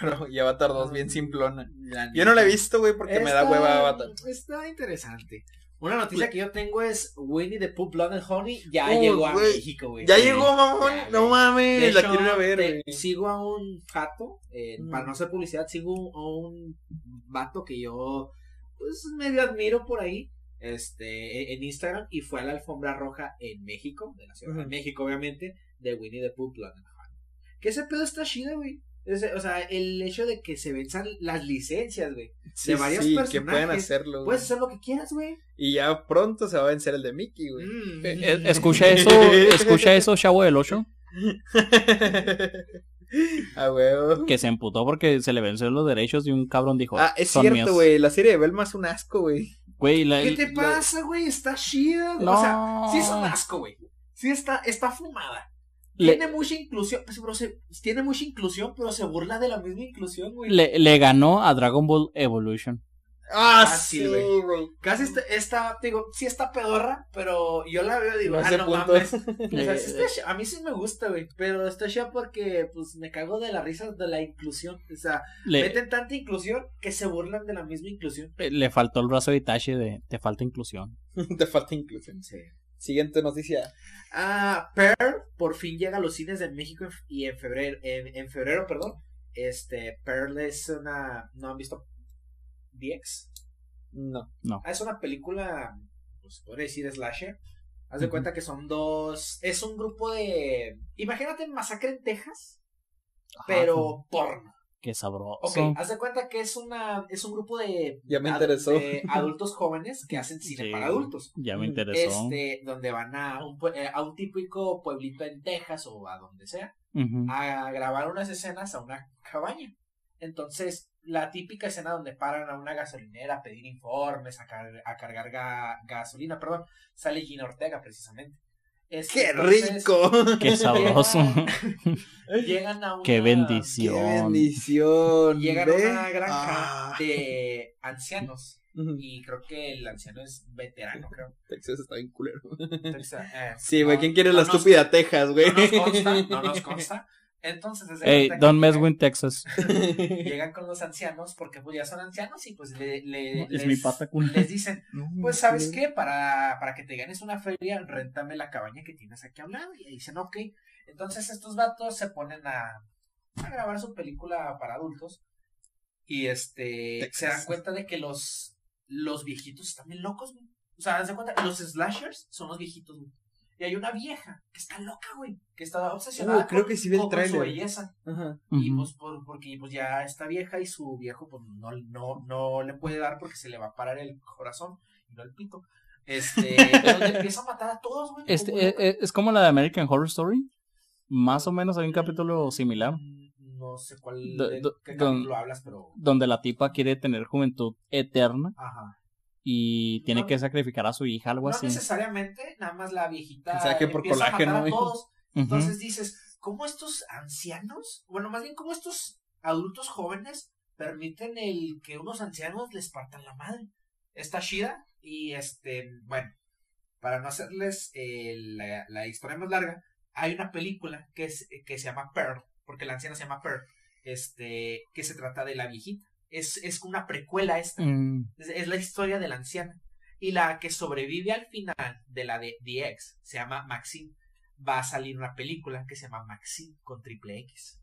B: pero y Avatar 2 bien simplona.
D: La
B: Yo no la he
D: neta.
B: visto, güey, porque me da
D: Está-
B: hueva Avatar.
D: Está interesante. Una noticia
B: Pues
D: que yo tengo es Winnie the Pooh Blood and Honey ya
B: Uh,
D: llegó a
B: güey.
D: México, güey.
B: Ya llegó, mamón.
D: Ya,
B: no
D: güey.
B: mames,
D: De
B: la
D: hecho,
B: quiero ir a ver,
D: te-
B: güey.
D: Sigo a un jato, eh,
B: Mm.
D: para no hacer publicidad, sigo a un vato que yo, pues, medio admiro por ahí, este, e- en Instagram, y fue a la alfombra roja en México, de la Ciudad de
B: Ujú.
D: México, obviamente, de Winnie the Pooh, Blood and Honey. Que ese pedo está chido, güey. Ese- O sea, el hecho de que se venzan las licencias, güey.
B: Sí,
D: de varios
B: sí, que
D: personajes, Pues,
B: pueden
D: Puedes
B: hacerlo. güey.
D: hacer lo que quieras, güey.
B: Y ya pronto se va a vencer el de Mickey, güey.
D: Mm.
C: Eh, eh, Escucha eso, escucha eso, Chavo del 8,
B: a huevo.
C: que se emputó porque se le venció los derechos y un cabrón dijo.
D: Pues,
B: Ah, es
C: "Son míos".
B: cierto, güey. La serie de Velma es un asco, güey.
C: Güey, la-
D: ¿Qué te
C: la-
D: pasa, güey? Está chida. güey.
C: No.
D: O sea, sí es un asco, güey. Sí está, está fumada.
C: Le-
D: Tiene mucha inclusión, pues, pero se- tiene mucha inclusión, pero se burla de la misma inclusión, güey.
C: le, le ganó a Dragon Ball Evolution.
B: Ah,
D: Fácil,
B: sí,
D: güey.
B: güey.
D: Casi esta, esta, te digo, sí está pedorra, pero yo la veo y digo,
B: No
D: ah,
B: sé
D: no
B: puntos.
D: mames. O sea, sí está chida. a mí sí me gusta, güey, pero está chida porque, pues, me cago de la risa de la inclusión. O sea,
C: Le, eh,
D: meten tanta inclusión que se burlan de la misma inclusión.
C: le faltó el brazo de Itachi de te falta inclusión.
B: Te falta inclusión. Siguiente noticia.
D: Ah, Pearl por fin llega a los cines de México en- y en febrero, en, en febrero, perdón. Este, Pearl es una, ¿no han visto? VX.
B: No.
D: Ah, es una película, pues se podría decir slasher. Haz de
C: Ujú.
D: cuenta que son dos, es un grupo de, imagínate Masacre en Texas,
C: Ajá,
D: pero porno.
C: Qué sabroso.
D: Ok, haz de cuenta que es una, es un grupo de,
B: Ya me
D: adu-
B: interesó.
D: de adultos jóvenes que hacen cine
C: Sí.
D: para adultos.
C: Ya me interesó.
D: Este, donde van a un, pue- eh, a un típico pueblito en Texas o a donde sea,
C: Ujú.
D: a grabar unas escenas a una cabaña. Entonces, la típica escena donde paran a una gasolinera a pedir informes, a, car- a cargar ga- gasolina, perdón, sale Gina Ortega precisamente. Este,
B: ¡Qué
D: entonces,
B: rico!
C: Qué sabroso.
D: Llegan a una,
C: Qué bendición.
B: ¡Qué bendición!
D: Llegan a
B: ¿Ve?
D: una granja
B: Ah.
D: de ancianos. Y creo que el anciano es veterano, creo.
B: Texas está bien culero.
D: Entonces, eh,
B: Sí, güey,
D: no-
B: ¿quién quiere
D: no
B: la
D: nos-
B: estúpida Texas, güey?
D: No nos consta, no nos consta. Entonces, desde
C: Hey,
D: cuenta que
C: don't mess
D: llegan-
C: with Texas.
D: Llegan con los ancianos porque pues ya son ancianos y pues le, le-
C: Es
D: les,
C: mi pata cool.
D: les dicen, pues sabes qué, para, para que te ganes una feria, rentame la cabaña que tienes aquí a un lado. Y dicen, ok. Entonces estos vatos se ponen a, a grabar su película para adultos y este se dan
B: Texas.
D: cuenta de que los, los viejitos están bien locos, güey. O sea, haz de cuenta, los slashers son los viejitos, güey. Y hay una vieja que está loca, güey, que está obsesionada
B: Uh, creo
D: con-
B: que sí vi el
D: con- con su
B: tráiler.
D: belleza.
B: Ajá.
D: Y
C: Ujú.
D: pues por- porque pues ya está vieja y su viejo pues no, no, no le puede dar porque se le va a parar el corazón, no el pito. Este, entonces empieza a matar a todos, güey.
C: Este,
D: como
C: eh,
D: loca.
C: eh, es como la de American Horror Story. Más o menos hay un capítulo similar
D: Mm, No sé cuál
C: Do-
D: de
C: do-
D: qué
C: don-
D: capítulo hablas, pero
C: donde la tipa quiere tener juventud eterna
D: ajá.
C: y tiene
D: No.
C: que sacrificar a su hija, algo
D: No
C: así.
D: necesariamente, nada más la viejita
B: Pensaba que por
D: empieza a
B: colágeno,
D: matar a
B: güey.
D: todos.
C: Ujú.
D: Entonces dices, ¿cómo estos ancianos? Bueno, más bien cómo estos adultos jóvenes permiten el que unos ancianos les partan la madre. Está chida y este, bueno, para no hacerles eh, la, la historia más larga, hay una película que, es, eh, que se llama Pearl, porque la anciana se llama Pearl, este, que se trata de la viejita. Es, es una precuela esta,
C: Mm,
D: es, es la historia de la anciana. Y la que sobrevive al final de la de The X se llama Maxine. Va a salir una película que se llama Maxine con triple X.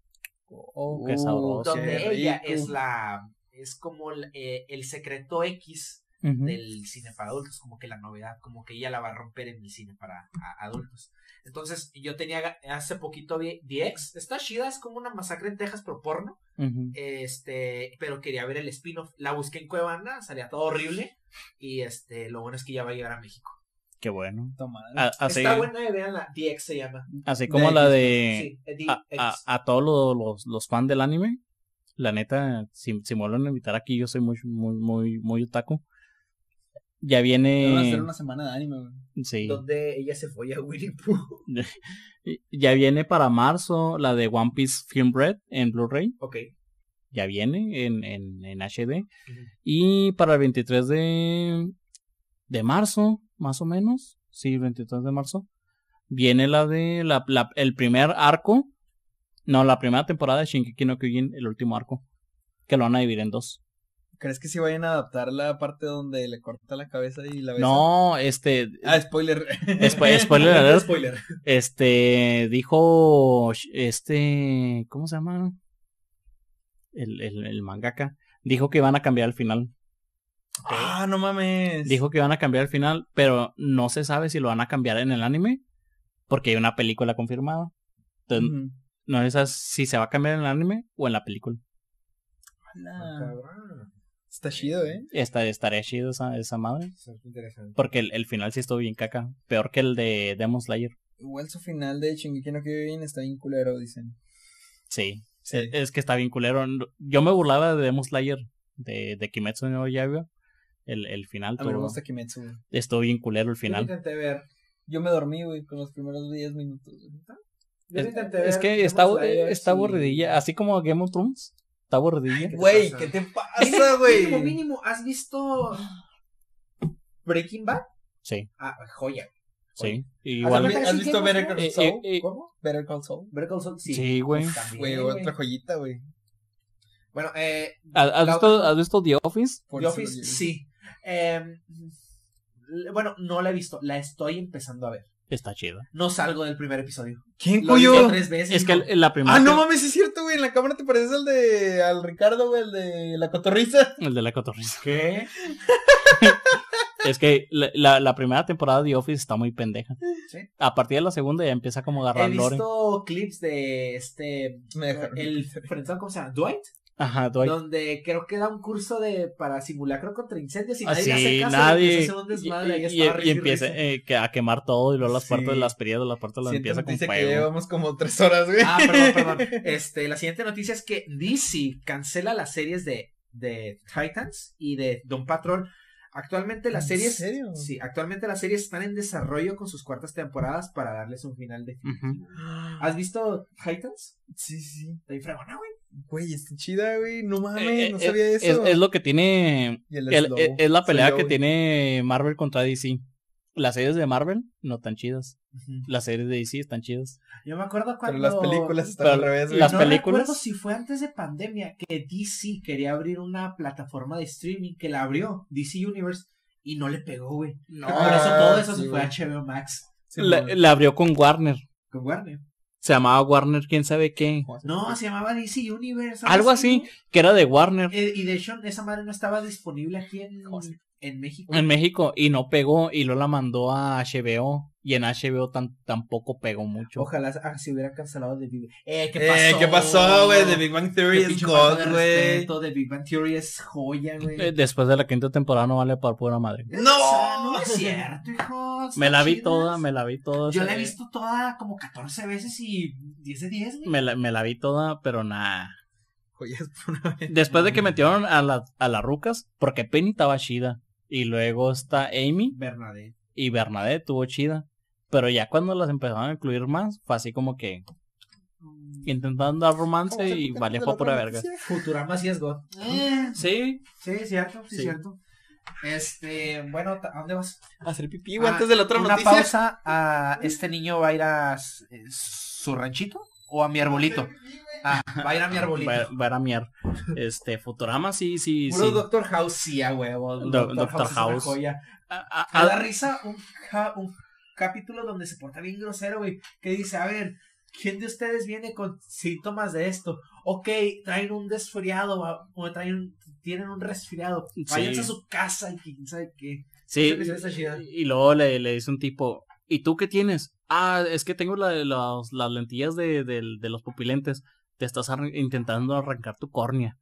C: oh, qué
B: Uh,
C: sabroso.
D: Donde
B: qué
D: ella
B: rico.
D: es la. Es como el, eh, el secreto X
C: Ujú.
D: del cine para adultos, como que la novedad, como que ella la va a romper en el cine para a- adultos. Entonces, yo tenía ga- hace poquito vi The X. Está chida, es como una masacre en Texas, pero porno.
C: Ujú.
D: Este, pero quería ver el spin-off. La busqué en Cuevana, salía todo horrible. Y este, lo bueno es que ya va a llegar a México.
C: Qué bueno.
B: Puta madre.
C: A- así,
D: Está buena, eh, veanla. DX se llama.
C: así como
B: De-
C: la de
D: Sí, eh, DX.
C: a, a- a todos lo- los, los fans del anime. La neta, si, si me vuelven a invitar aquí, yo soy muy, muy, muy, muy otaku. Ya
B: Van a hacer
C: viene.
B: una semana de anime, güey.
C: Sí.
D: Donde ella se fue a Winnie Pooh.
C: Ya viene para marzo la de One Piece Film Red en Blu-ray.
D: Ok.
C: Ya viene en, en, en HD. Y para el 23 de, de marzo, más o menos. Sí, 23 de marzo. Viene la de la, la- el primer arco. No, la primera temporada de Shinkeki no Kyojin, el último arco. que lo van a dividir en dos.
B: ¿Crees que sí vayan a adaptar la parte donde le corta la cabeza y la besa?
C: No, este,
B: Ah, spoiler.
C: Spo- spoiler alert.
B: spoiler.
C: este, dijo, sh- este, ¿cómo se llama? El, el, el mangaka. Dijo que van a cambiar el final.
B: Ah, no mames.
C: Dijo que van a cambiar el final, pero no se sabe si lo van a cambiar en el anime, porque hay una película confirmada. Entonces,
B: Ujú.
C: no se sabe si se va a cambiar en el anime o en la película.
B: Ala,
D: Ah, Cabrón.
B: Está chido, ¿eh?
C: Esta, estaría chido esa, esa madre.
D: Eso es interesante.
C: Porque el, el final sí estuvo bien caca. Peor que el de Demon Slayer.
B: Igual su final de Shingeki no Kyojin está bien culero, dicen.
C: Sí.
B: Sí.
C: Es que está bien culero. Yo me burlaba de Demon Slayer, de, de Kimetsu no Yaiba. El, el final
B: A mí me
C: todo-
B: gusta Kimetsu, güey.
C: estuvo bien culero el
D: Yo lo
C: final.
D: intenté ver.
B: Yo me dormí, güey, con los primeros 10 minutos. güey.
D: Yo
C: Es,
D: lo intenté ver.
C: es que
D: Demon
C: está,
D: Slayer,
C: está
D: sí.
C: aburridilla. Así como Game of Thrones. Está aburridilla.
D: ¿qué te
B: Güey,
D: pasa?
B: ¿qué te pasa,
D: Mínimo, Mínimo,
B: güey?
D: mínimo, ¿has visto Breaking Bad?
C: Sí,
D: Ah, joya.
C: sí.
B: ¿Has
C: Igual.
B: vi- has visto Better Call
C: Eh,
B: Saul?
C: eh, eh.
D: ¿Cómo?
B: Better Call Saul.
D: Better Call Saul, sí.
C: Sí, güey.
D: Pues también,
B: Güey,
D: güey.
B: otra joyita, güey.
D: Bueno, eh,
C: ¿Has, has
D: La-
C: visto, has visto The Office?
B: Por
D: The
B: eso
D: Office,
B: lo digo.
D: sí. Em, l- bueno, no la he visto, la estoy empezando a ver.
C: Está chida.
D: No salgo del primer episodio.
B: ¿Quién
D: Lo he visto
B: cuyo?
D: tres veces.
C: Es que
D: no.
C: el- la primera.
B: Ah, no
C: que-
B: mames, es cierto, güey. En la cámara te pareces al de. al Ricardo, güey, el de la cotorriza.
C: El de la cotorriza.
D: ¿Qué?
C: Es que la, la- la primera temporada de The Office está muy pendeja.
D: Sí.
C: A partir de la segunda ya empieza como a
D: He
C: agarrar lore.
D: visto clips de este.
B: Me dejaron.
D: El frenzón, ¿cómo se llama? Dwight.
C: Ajá, Dwight.
D: Donde creo que da un curso de para simulacro contra incendios y nadie
C: Así,
D: le hace caso.
C: Ah, nadie.
D: empieza a hacer un desmadre, ahí
C: y, y-
D: estaba
C: y
D: risa y
C: empieza
D: risa.
C: eh, que- a quemar todo y luego las
B: Sí.
C: partes las perdidas, las partes las
B: Siento
C: empieza con
B: noticia que
C: fuego.
B: llevamos como tres horas, güey.
D: Ah, perdón, perdón. Este, la siguiente noticia es que DC cancela las series de, de Titans y de Don Patrol. Actualmente las
B: ¿En
D: series.
B: serio?
D: Sí, actualmente las series están en desarrollo con sus cuartas temporadas para darles un final de.
C: Ujú.
D: ¿Has visto Titans?
B: Ah, Sí, sí.
D: Está bien fregona, güey.
B: Güey, está chida, güey. No mames,
C: Eh, eh,
B: no sabía
C: es,
B: eso.
C: es lo que tiene.
B: Y el
C: el- eh, e,
B: Slow.
C: es, es la
B: Soy
C: pelea
B: yo,
C: que
B: güey.
C: tiene Marvel contra DC. Las series de Marvel no tan chidas. Las series de DC están chidas.
D: Yo me acuerdo
B: Pero
D: cuando.
B: las películas están
C: Pero
B: al revés, güey.
C: las
D: no
C: películas-
D: recuerdo si fue antes de pandemia que DC quería abrir una plataforma de streaming que la abrió, DC Universe, y no le pegó, güey.
C: No.
D: Por eso todo eso
B: sí,
D: se fue
B: güey.
D: a HBO Max.
B: Sí,
C: La,
B: güey.
C: la abrió con Warner.
D: Con Warner.
C: Se llamaba Warner, quién sabe qué.
D: No, se llamaba DC Universe.
C: Algo así. Que era de Warner
D: ¿no? Eh, y de hecho, esa madre no estaba disponible aquí en, en México.
C: en México y no pegó y luego la mandó a HBO. Y en HBO tan, tampoco pegó mucho.
D: Ojalá ah, se hubiera cancelado The Big Eh, ¿qué pasó?
B: Eh, ¿qué pasó, güey? The Big Bang
D: Qué
B: Theory es
D: pinche falta
B: God,
D: de
B: güey.
D: respeto, The Big Bang Theory es joya, güey.
C: Eh, Después de la quinta temporada no vale para pura madre.
D: O
B: ¡No!
D: sea, no es cierto, hijo. están
C: Me la vi
D: chidas.
C: toda, me la vi toda.
D: Yo la he
C: eh,
D: visto toda como 14 veces y 10 de 10, güey.
C: Me la, me la vi toda, pero nada.
B: Joyas por una vez.
C: Después de que metieron a, la, a las rucas, porque Penny estaba chida. Y luego está Amy
D: Bernadette.
C: y Bernadette tuvo chida. Pero ya cuando las empezaron a incluir más, fue así como que Mm. intentando dar romance y valía para pura verga.
D: Futurama sí es God. Eh,
C: Sí,
D: sí, cierto, sí,
C: Sí.
D: cierto. Este, bueno, ¿a dónde vas?
B: Hacer pipí, güey,
D: Ah,
B: antes de la otra
D: una
B: noticia.
D: pausa a este niño va a ir a s- eh, su ranchito o a mi arbolito. Ah, va a ir a mi arbolito.
C: va, va a ramear. Este, Futurama sí, sí,
D: Puro
C: sí.
D: Doctor House, sí, a huevo.
C: Do-
D: Doctor,
C: Dr.
D: House. es una
C: House.
D: joya.
C: Ah, ah,
D: Me
C: ah,
D: da risa un, ca- un capítulo donde se porta bien grosero, güey. Que dice, a ver, ¿quién de ustedes viene con síntomas de esto? Ok, traen un desfriado va- o traen un- tienen un resfriado.
C: Sí.
D: Váyanse a su casa y quién sabe qué.
C: Sí,
D: Esa está chida.
C: y luego le, le dice un tipo, ¿y tú qué tienes? Ah, es que tengo la- las- las lentillas de, del- de los pupilentes. Te estás arran- intentando arrancar tu córnea.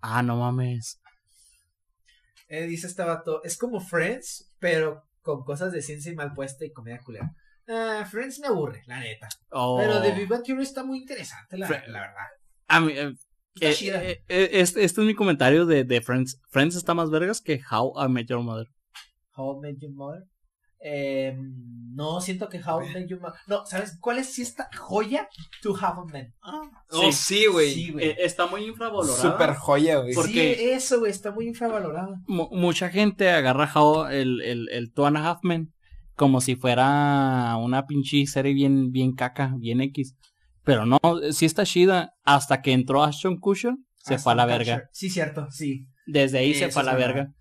C: Ah, no mames.
D: Eh, dice este vato, es como Friends, pero con cosas de ciencia y mal puesta y comedia culera. Ah, Friends me aburre, la neta.
C: Oh.
D: Pero The Big Bang Theory está muy interesante, la,
C: Fre-
D: la verdad.
C: A mí, eh,
D: Está
C: eh,
D: chida.
C: eh, eh, este, este es mi comentario de, de Friends. Friends está más vergas que How I Met Your Mother.
D: How I Met Your Mother. Eh, no, siento que How I Met Your Mother. No, ¿sabes cuál es si esta joya? To Have a Man.
B: Oh, sí, güey.
D: Sí,
C: Eh, está muy infravalorada.
B: Super joya, güey.
C: Por-
D: Sí,
C: porque-
D: eso, güey, está muy infravalorado.
C: Mu- mucha gente agarra How, el, el, el Two and a Half Men como si fuera una pinche serie bien, bien caca, bien X. Pero no, sí está chida hasta que entró Ashton Kutcher se
B: Ah,
C: fue a la
B: Snowcatcher.
C: verga.
D: Sí, cierto, sí.
C: Desde ahí se
D: Eso
C: fue a
D: es
C: la
D: verdad.
C: verga.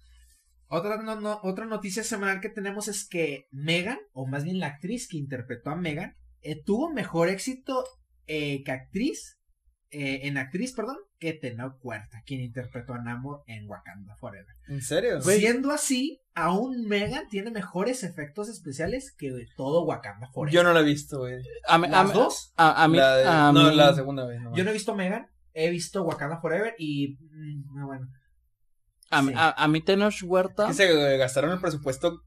D: Otra, no- no- otra noticia semanal que tenemos es que Megan, o más bien la actriz que interpretó a Megan, eh, tuvo mejor éxito eh, que actriz, eh, en actriz, perdón, que Tenau Cuarta, quien interpretó a Namor en Wakanda Forever.
B: ¿En serio?
D: Siendo así, aún Megan tiene mejores efectos especiales que de todo Wakanda Forever.
B: Yo no la he visto, güey.
C: A, mí- a
D: Las
C: mí-
D: dos
C: a- a mí,
B: La de-
C: a
B: no,
C: mí-
B: la segunda vez. nomás.
D: Yo no he visto Megan, he visto Wakanda Forever y mm, no, bueno.
C: a,
D: sí.
C: a- a mí Tenoch Huerta
B: Que se eh, gastaron el presupuesto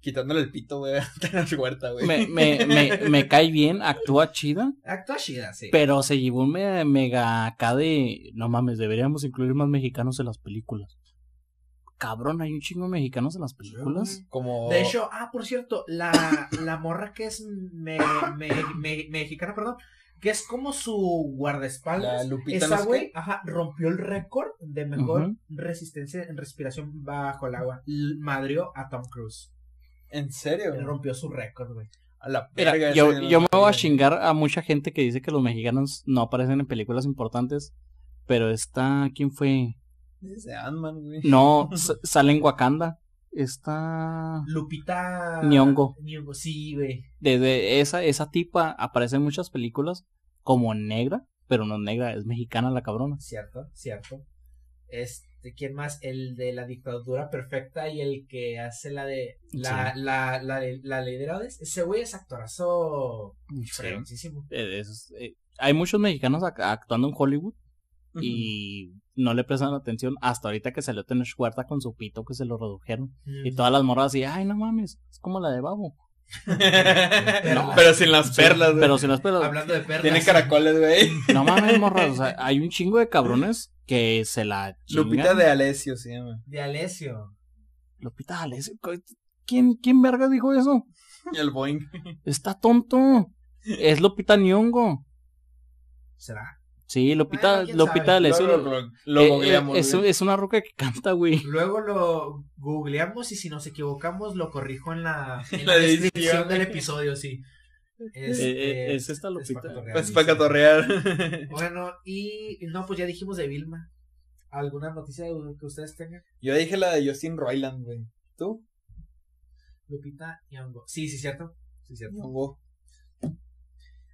B: quitándole el pito, güey, a Tenoch Huerta, güey.
C: me, me, me, me cae bien, actúa chida,
D: Actúa chida, sí.
C: pero se llevó un me- mega acá de, no mames, deberíamos incluir más mexicanos en las películas. Cabrón, hay un chingo de mexicanos en las películas.
B: Como...
D: De hecho, ah, por cierto, la, la morra que es me- me- me- mexicana, perdón, que es como su
B: La
D: guardaespaldas.
B: Lupita no
D: Esa
B: sé
D: güey,
B: qué.
D: ajá, rompió el récord de mejor
C: Ujú.
D: resistencia en respiración bajo el agua. L- Madrió a Tom Cruise.
B: ¿En serio?
D: Él rompió su récord, güey.
B: A la
C: Mira,
B: verga,
C: yo,
B: ese no
C: yo
B: lo
C: me voy a
B: sabía.
C: chingar a mucha gente que dice que los mexicanos no aparecen en películas importantes, pero está, ¿quién fue?
B: Dice Ant-Man, güey.
C: No, s- sale en Wakanda. Está
D: Lupita.
C: Nyong'o.
D: Nyong'o, sí, güey.
C: desde esa esa tipa aparece en muchas películas como negra, pero no es negra, es mexicana la cabrona.
D: Cierto, cierto. Este, ¿quién más? El de la dictadura perfecta y el que hace la de. La, la, la, de- la ley de Herodes. Ese güey es actorazo. fregoncísimo.
C: Eh, es- eh, hay muchos mexicanos ac- actuando en Hollywood
B: Ujú.
C: y no le prestan atención hasta ahorita que salió Tenoch Huerta con su pito que se lo redujeron y todas las morras así, ay no mames, es como la de Babo.
B: No, pero sin las perlas, güey.
C: Pero si no es pelas-
D: Hablando de perlas.
B: Tiene caracoles, güey.
C: no mames morras, o sea, hay un chingo de cabrones que se la chingan.
B: Lupita de Alessio se llama.
D: De Alessio.
C: Lupita de Alessio, ¿Quién, ¿Quién verga dijo eso?
B: El Boeing.
C: Está tonto. Es Lupita Nyongo.
D: ¿Será?
C: Sí, Lupita,
D: Bueno, quién
C: Lupita
D: sabe.
C: de Alessio,
B: Lo, lo, lo- lo
C: eh, eh,
B: googleamos,
C: es,
B: güey.
C: es una roca que canta, güey.
D: Luego lo googleamos y si nos equivocamos lo corrijo en la, en
B: La
D: la,
B: edición.
D: descripción del episodio, sí. Este,
C: Eh, eh, es esta Lupita.
D: para cotorrear,
B: Pues
D: sí,
B: para
D: sí.
B: catorrear.
D: Bueno, y no, pues ya dijimos de Vilma. ¿Alguna noticia de- que ustedes tengan?
B: Yo dije la de Justin Roiland, güey. ¿Tú?
D: Lupita y Hongo. Sí, sí, cierto. Sí, cierto.
B: Hongo.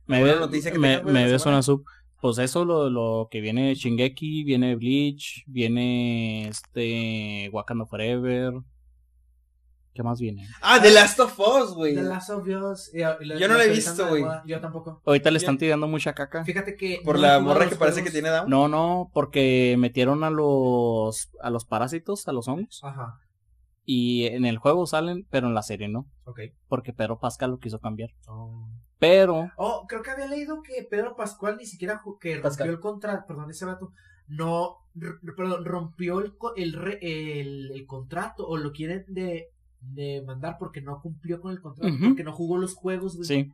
C: Me,
B: Buena
C: ves-
B: noticia que
C: me-
B: tengas, güey,
C: me
B: de la
C: ves
B: semana.
C: una sub. Pues eso, lo, lo que viene Shingeki, viene Bleach, viene este Wakanda Forever. ¿Qué más viene?
B: Ah, The Last of Us, güey.
D: The Last of Us. y- y la-
B: Yo no la he
D: actualizando
B: visto,
D: de
B: güey.
D: moda. Yo tampoco.
C: Ahorita le están tirando mucha caca.
D: Fíjate que.
B: Por
D: no he
B: la
D: jugado
B: morra
D: los
B: que parece que
D: juegos.
B: tiene Down.
C: No, no, porque metieron a los a los parásitos, a los hongos,
D: Ajá,
C: y en el juego salen, pero en la serie no,
D: ok.
C: porque Pedro Pascal lo quiso cambiar.
D: Oh.
C: Pero
D: Oh, creo que había leído que Pedro Pascual ni siquiera ju- que
B: Pascal.
D: rompió el contrato, perdón, ese vato, no, r- perdón, rompió el, co- el, re- el, el contrato o lo quieren de, de mandar porque no cumplió con el contrato,
C: Ujú.
D: porque no jugó los juegos, güey.
C: sí.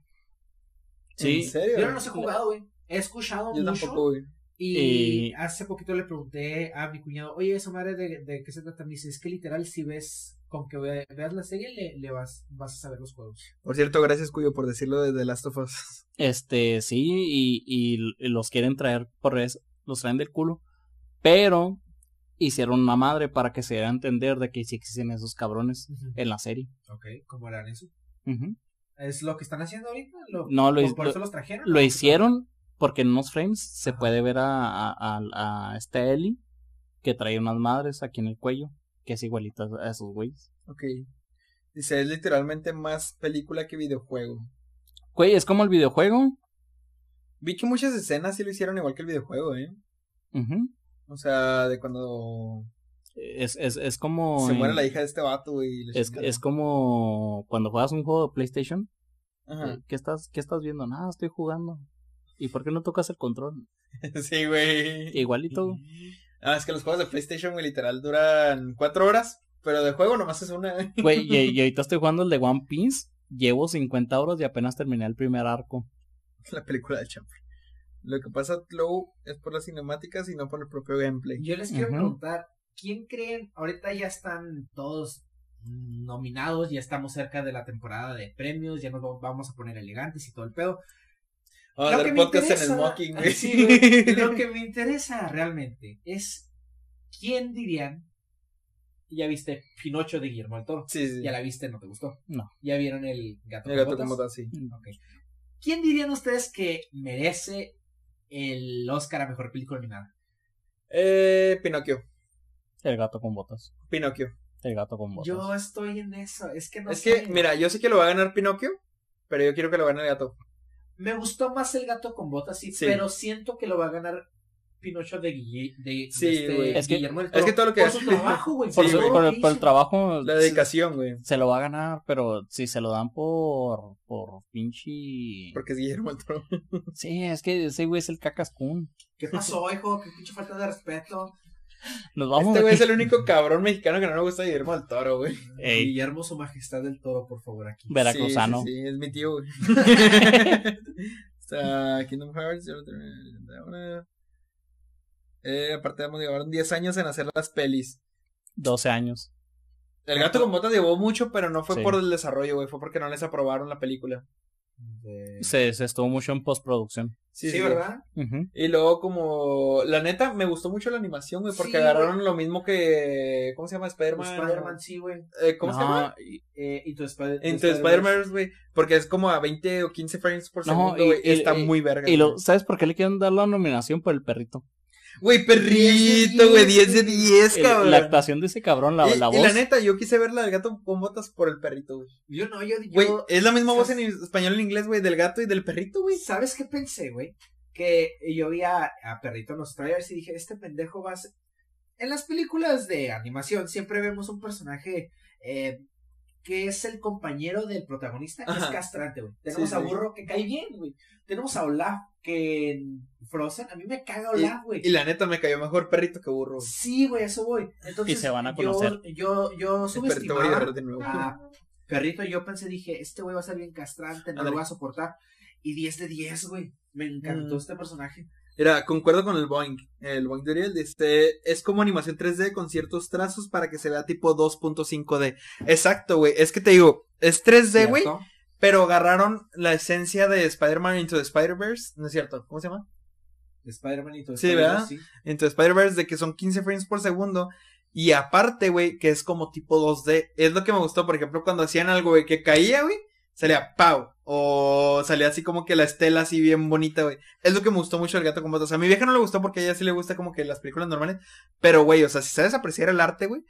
C: Sí.
B: ¿En serio?
D: Yo no los he jugado, güey. He escuchado
B: Yo
D: mucho
B: tampoco, güey.
D: y
C: Y-
D: hace poquito le pregunté a mi cuñado, oye, esa madre, ¿de, de qué se trata? Me dice, es que literal, si ves, con que ve- veas la serie, le, le vas, vas a saber los juegos.
B: Por cierto, gracias, Cuyo, por decirlo de The Last of Us.
C: Este, sí, y, y l- los quieren traer por eso, los traen del culo. Pero hicieron una madre para que se diera a entender de que sí existen esos cabrones en la serie.
D: Eh, Ok, ¿cómo harán eso?
C: Ujú.
D: ¿Es lo que están haciendo ahorita? ¿Lo-
C: No, lo,
D: por,
C: hi-
D: por
C: lo-
D: eso los trajeron?
C: lo hicieron porque en unos frames se puede ver a, a, a- a esta Ellie que trae unas madres aquí en el cuello, que es igualita a esos güeyes.
B: Ok. Dice, es literalmente más película que videojuego.
C: Güey, es como el videojuego.
B: Vi que muchas escenas sí lo hicieron igual que el videojuego, ¿eh?
C: Ujú.
B: O sea, de cuando
C: es, es, es como.
B: se muere
C: en-
B: la hija de este vato, güey. y la
C: es,
B: chingada.
C: es como cuando juegas un juego de PlayStation
B: Ajá.
C: ¿Qué estás, qué estás viendo? Nada, estoy jugando. ¿Y por qué no tocas el control?
B: Sí, güey.
C: Igualito.
B: Ah, es que los juegos de PlayStation, güey, literal duran cuatro horas, pero de juego nomás es una. güey.
C: Güey, y, y ahorita estoy jugando el de One Piece. Llevo 50 horas y apenas terminé el primer arco.
B: La película de Champ. Lo que pasa, Tlow, es por las cinemáticas y no por el propio gameplay.
D: Yo les quiero
C: Ujú.
D: preguntar, ¿quién creen? Ahorita ya están todos mm, nominados, ya estamos cerca de la temporada de premios, ya nos va- vamos a poner elegantes y todo el pedo.
B: Vamos a
D: Lo
B: hacer
D: que me
B: Ah, podcast en
D: interesa- ah,
B: Smoking, güey.
D: Sí, güey. Lo que me interesa realmente es quién dirían. Ya viste Pinocho de Guillermo del Toro.
B: Sí, sí.
D: Ya la viste, no te gustó.
C: No.
D: Ya vieron el gato,
B: El
D: con
B: gato
D: botas?
B: con botas, sí.
D: Ok. ¿Quién dirían ustedes que merece el Oscar a mejor película animada?
B: Eh, Pinocchio.
C: El gato con botas.
B: Pinocchio.
C: El gato con botas.
D: Yo estoy en eso. Es que no
B: Es
D: sé.
B: que, mira, yo sé que lo va a ganar Pinocchio, pero yo quiero que lo gane el gato.
D: Me gustó más el gato con botas, sí,
B: Sí.
D: pero siento que lo va a ganar Pinocho de, Guille- de, de
B: Sí,
D: este
B: güey.
C: Es que-
D: Guillermo del Toro.
B: Es que todo lo que
D: por su
B: hace.
D: trabajo, güey.
C: por,
B: Sí,
C: su-
B: güey.
C: por
D: todo
C: el,
D: lo
C: por el
D: que
C: trabajo
B: La
C: se-
B: dedicación, güey.
C: se lo va a ganar, pero si se lo dan por por pinche
B: Porque es Guillermo el Toro.
C: Sí, es que ese güey es el cacascún.
D: hizo. ¿Qué pasó, hijo? Qué pinche falta de respeto.
C: Nos vamos
B: este
C: de
B: güey es
C: aquí.
B: el único cabrón mexicano que no le gusta Guillermo el Toro, güey.
C: Ey.
D: Guillermo, su majestad del toro, por favor, aquí.
C: veracruzano.
B: Sí, sí, sí, es mi tío, güey. Está Kingdom Hearts. yo lo terminé de ahora. Eh, aparte, hemos llevado 10 años en hacer las pelis.
C: 12 años.
B: El gato con botas llevó mucho, pero no fue
C: Sí.
B: por el desarrollo, güey. Fue porque no les aprobaron la película.
D: De-
C: Se, se estuvo mucho en postproducción.
D: Sí, ¿verdad?
C: Ujú.
B: Y luego, como. La neta, me gustó mucho la animación, güey. Porque
D: Sí,
B: agarraron lo mismo que. ¿Cómo se llama? Spider-Man.
D: Spider-Man, sí, güey.
B: Eh, ¿Cómo se
C: No,
B: llama?
D: Eh, y tu Spider- tu
B: Entonces,
D: Spider-Man.
B: Spider-Man, güey. Porque es como a 20 o 15 frames por
C: No,
B: segundo,
C: y-
B: güey.
C: y-
B: Está
C: y-
B: muy verga.
C: Y lo,
B: güey.
C: ¿sabes por qué le quieren dar la nominación por el perrito?
B: Güey, perrito, güey. 10 de 10,
C: El-
B: cabrón.
C: la actuación de ese cabrón, la,
B: y,
C: la
B: y
C: voz.
B: neta, yo quise ver la del gato con botas por el perrito, güey.
D: Yo no, yo.
B: Güey,
D: yo
B: es la misma voz en
D: ¿sabes?
B: español e inglés, güey, del gato y del perrito, güey.
D: ¿Sabes qué pensé, güey? Que yo vi a, a Perrito en los trailers y dije, este pendejo va a ser... En las películas de animación siempre vemos un personaje eh, que es el compañero del protagonista, que es
B: Ajá.
D: castrante, güey. Tenemos a
B: sí.
D: Burro, que cae bien, güey. Tenemos a Olaf, que en Frozen, a mí me caga Olaf, güey.
B: Y la neta, me cayó mejor perrito que burro. güey.
D: Sí, güey, a eso voy. Entonces,
C: Y se van a
D: yo-
C: conocer.
D: Yo, yo,
B: El perrito voy a
D: subestimaba
B: llorar de nuevo.
D: Ah, perrito, yo pensé, dije, este güey va a ser bien castrante, no
B: Ándale.
D: lo va a soportar. Y 10 de 10, güey. Me encantó
B: Mm.
D: este personaje.
B: Mira, concuerdo con el Boing. El Boing de Uriel este, es como animación 3D con ciertos trazos para que se vea tipo 2.5D. Exacto, güey. Es que te digo, es 3D, güey,
D: ¿Cierto?
B: pero agarraron la esencia de Spider-Man Into the Spider-Verse. ¿No es cierto? ¿Cómo se llama?
D: Spider-Man y todo
B: Sí,
D: Spider-Man,
B: ¿verdad?
D: sí.
B: Into the Spider-Verse de que son 15 frames por segundo. Y aparte, güey, que es como tipo 2D. Es lo que me gustó, por ejemplo, cuando hacían algo, güey, que caía, güey, salía pau. O salía así como que la estela así bien bonita, güey. Es lo que me gustó mucho del gato con botas. A mi vieja no le gustó porque a ella sí le gusta como que las películas normales. Pero, güey, o sea, si sabes apreciar el arte, güey,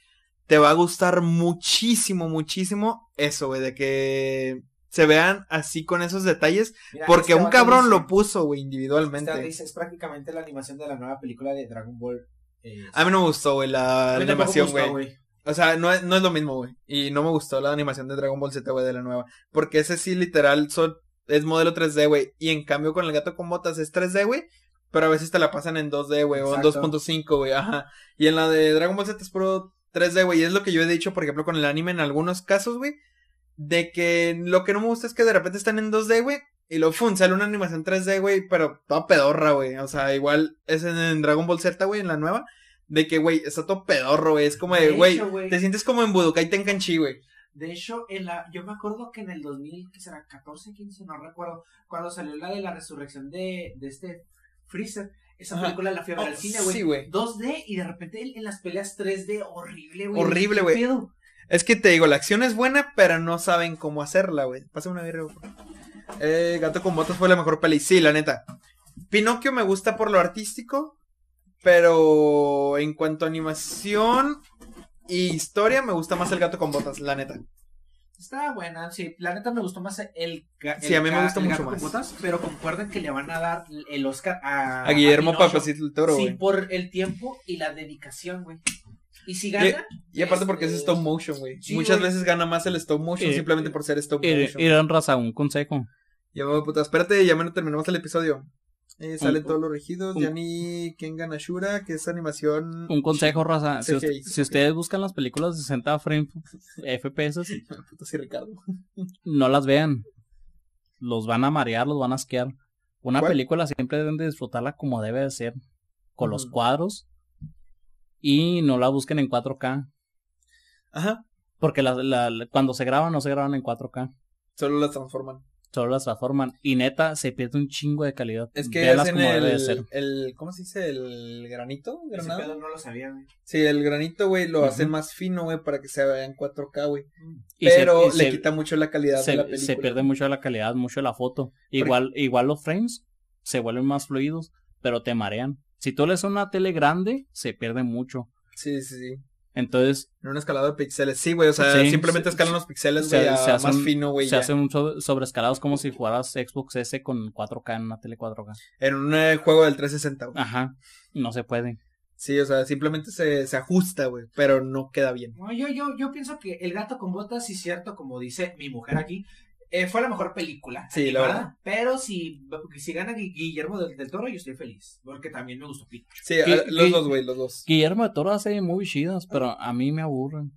B: te va a gustar muchísimo, muchísimo eso, güey, de que se vean así con esos detalles.
D: Mira,
B: Porque
D: este
B: un
D: vato
B: cabrón lo
D: dice-
B: puso, güey,
D: este vato
B: individualmente.
D: dice, es prácticamente la animación de la nueva película de Dragon Ball. eh,
B: A mí no me gustó, güey, la,
D: a mí
B: la
D: tampoco
B: animación,
D: me
B: güey.
D: gustó,
B: O sea, no es, no es lo mismo, güey. Y no me gustó la animación de Dragon Ball Z, güey, de la nueva. Porque ese sí, literal, son, es modelo 3D, güey. Y en cambio con el gato con botas es 3D, güey. Pero a veces te la pasan en 2D, güey. O en
D: Exacto.
B: 2.5, güey. Ajá. Y en la de Dragon Ball Z es puro 3D, güey. Y es lo que yo he dicho, por ejemplo, con el anime en algunos casos, güey. De que lo que no me gusta es que de repente están en 2D, güey. Y lo fun, sale una animación 3D, güey, pero toda pedorra, güey. O sea, igual es en, en Dragon Ball Z, güey, en la nueva. De que, güey, está todo pedorro, güey. Es como de,
D: De
B: güey,
D: hecho, güey.
B: te sientes como en Budokai Tenkanchi, güey.
D: De hecho, en la, yo me acuerdo que en el 2000, que será 14, 15, no recuerdo, cuando salió la de la resurrección de, de este Freezer, esa
B: Ajá.
D: película la fiebre
B: Oh,
D: del cine, güey.
B: sí, güey.
D: 2D y de repente en- en las peleas 3D, horrible, güey.
B: Horrible,
D: ¿Qué
B: güey.
D: pedo?
B: Es que te digo, la acción es buena, pero no saben cómo hacerla, güey. Pásame una birra, güey. Eh, Gato con Botas fue la mejor peli. Sí, la neta. Pinocchio me gusta por lo artístico, pero en cuanto a animación y historia, me gusta más el Gato con Botas, la neta.
D: Estaba buena, sí. La neta me gustó más el. ga-
B: Sí,
D: el
B: a mí me
D: ga-
B: gusta
D: el
B: mucho
D: gato con
B: más.
D: botas, pero concuerden que le van a dar el Oscar a.
B: A Ah, Guillermo
D: Pinocho.
B: Papacito el Toro,
D: Sí,
B: güey.
D: por el tiempo y la dedicación, güey. Y
B: Eh,
D: si gana.
B: Y aparte porque es
D: este,
B: stop motion, güey.
D: sí,
B: Muchas
D: güey.
B: veces gana más el stop motion
C: Eh,
B: simplemente por ser stop motion.
C: Ir- Irán Raza, un consejo.
B: Ya vamos, puta. Espérate, ya menos terminamos el episodio. Eh, salen
C: Un-
B: todos los regidos.
C: un-
B: Yani Kengan Ashura, que es animación.
C: Un consejo, Raza. Si,
B: Sí, sí,
C: us- si ustedes buscan las películas de 60 frames FPS,
B: Puta, sí, Ricardo.
C: no las vean. Los van a marear, los van a asquear. Una
B: ¿Cuál?
C: película siempre deben de disfrutarla como debe de ser, con los
B: Ujú.
C: cuadros. Y no la busquen en 4K.
B: Ajá.
C: Porque la- la- la- cuando se graban, no se graban en 4K.
B: Solo las transforman.
C: solo las transforman. Y neta, se pierde un chingo de calidad.
B: Es que
C: Véalas
B: hacen
C: como debe de ser.
B: el, el. ¿Cómo se dice? ¿El granito?
D: Ese
B: ¿Granado?
D: pedo no lo sabía, güey.
B: Sí, el granito, güey, lo
C: Ujú.
B: hacen más fino, güey, para que se vea en 4K, güey.
C: Y se-
B: Pero
C: y
B: le
C: se-
B: quita mucho la calidad
C: se,
B: de la
C: se
B: película.
C: pierde mucho la calidad, mucho la foto. Igual, igual los frames se vuelven más fluidos, pero te marean. Si tú le haces una tele grande, se pierde mucho.
B: Sí, sí, sí.
C: Entonces,
B: En un escalado de píxeles. Sí, güey, o sea,
C: Sí,
B: simplemente
C: se-
B: escalan los píxeles,
C: se-
B: güey, a
C: se hace
B: más
C: un-
B: fino, güey.
C: se
B: ya.
C: hacen un sobre- sobrescalados como si jugaras Xbox S con 4K en una tele 4K.
B: En un eh, juego del 360, güey.
C: Ajá, no se puede.
B: Sí, o sea, simplemente se, se ajusta, güey, pero no queda bien.
D: No, yo, yo, yo pienso que El gato con botas, sí es cierto, como dice mi mujer aquí, eh, fue la mejor película.
B: Sí, la
D: animada,
B: verdad.
D: Pero si, si gana Gui- Guillermo del, del Toro, yo estoy feliz. Porque también me gustó Pinocho.
B: Sí, a-
C: ¿Qué-
B: los
C: qué-
B: dos, güey, los dos.
C: Guillermo de Toro hace muy chidas, pero a mí me aburren.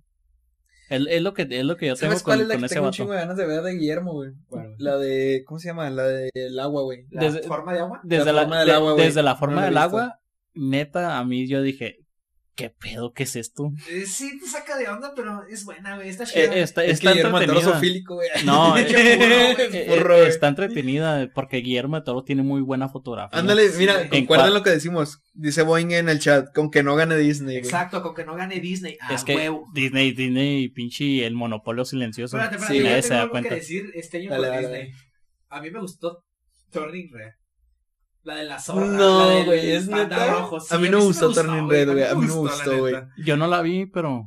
C: Es, es lo que es lo que yo tengo
B: ¿Sabes
C: con,
B: cuál es la
C: con
B: que
C: ese
B: tengo un
C: vato.
B: chingo de ganas de ver de Guillermo, güey?
D: ¿Cuál, güey?
B: La de, ¿cómo se llama? La del agua, güey.
D: La
C: Desde-
D: forma de agua.
C: Desde la,
B: forma del
C: de-
B: agua, güey.
C: desde la
B: No
C: forma
B: la he
C: del
B: visto.
C: agua, neta, a mí yo dije, ¿qué pedo? ¿Qué es esto?
D: Eh, sí, te saca de onda, pero es buena, güey. Está
C: Eh,
D: chida.
C: está,
B: Es que
C: está
B: Guillermo del Toro es
C: entretenida.
B: zoofílico, güey.
C: No, eh,
B: Es
C: eh,
B: burro,
C: eh,
B: güey.
C: está entretenida porque Guillermo de Toro tiene muy buena fotografía.
B: Ándale,
D: Sí,
B: mira,
D: güey.
B: concuerdan
C: En cua-
B: lo que decimos. Dice Boeing en el chat, con que no gane Disney, güey.
D: Exacto, con que no gane Disney. A
C: Es que
D: huevo.
C: Disney, Disney y pinche el monopolio silencioso.
D: Espérate, espérate,
B: Sí,
D: yo
C: nadie
D: tengo
C: se da
D: algo que
C: cuenta.
D: decir este año
B: Dale,
D: con
B: dale,
D: Disney.
B: dale.
D: A mí me gustó Turning Red. La de la zorra. la
B: No,
D: del
B: güey, es
D: panda
B: neta.
D: rojo, sí,
B: a mí no me
D: sí
B: gustó Turning Red, güey. A mí no
D: la
B: me gustó,
D: neta.
B: güey.
C: Yo no la vi, pero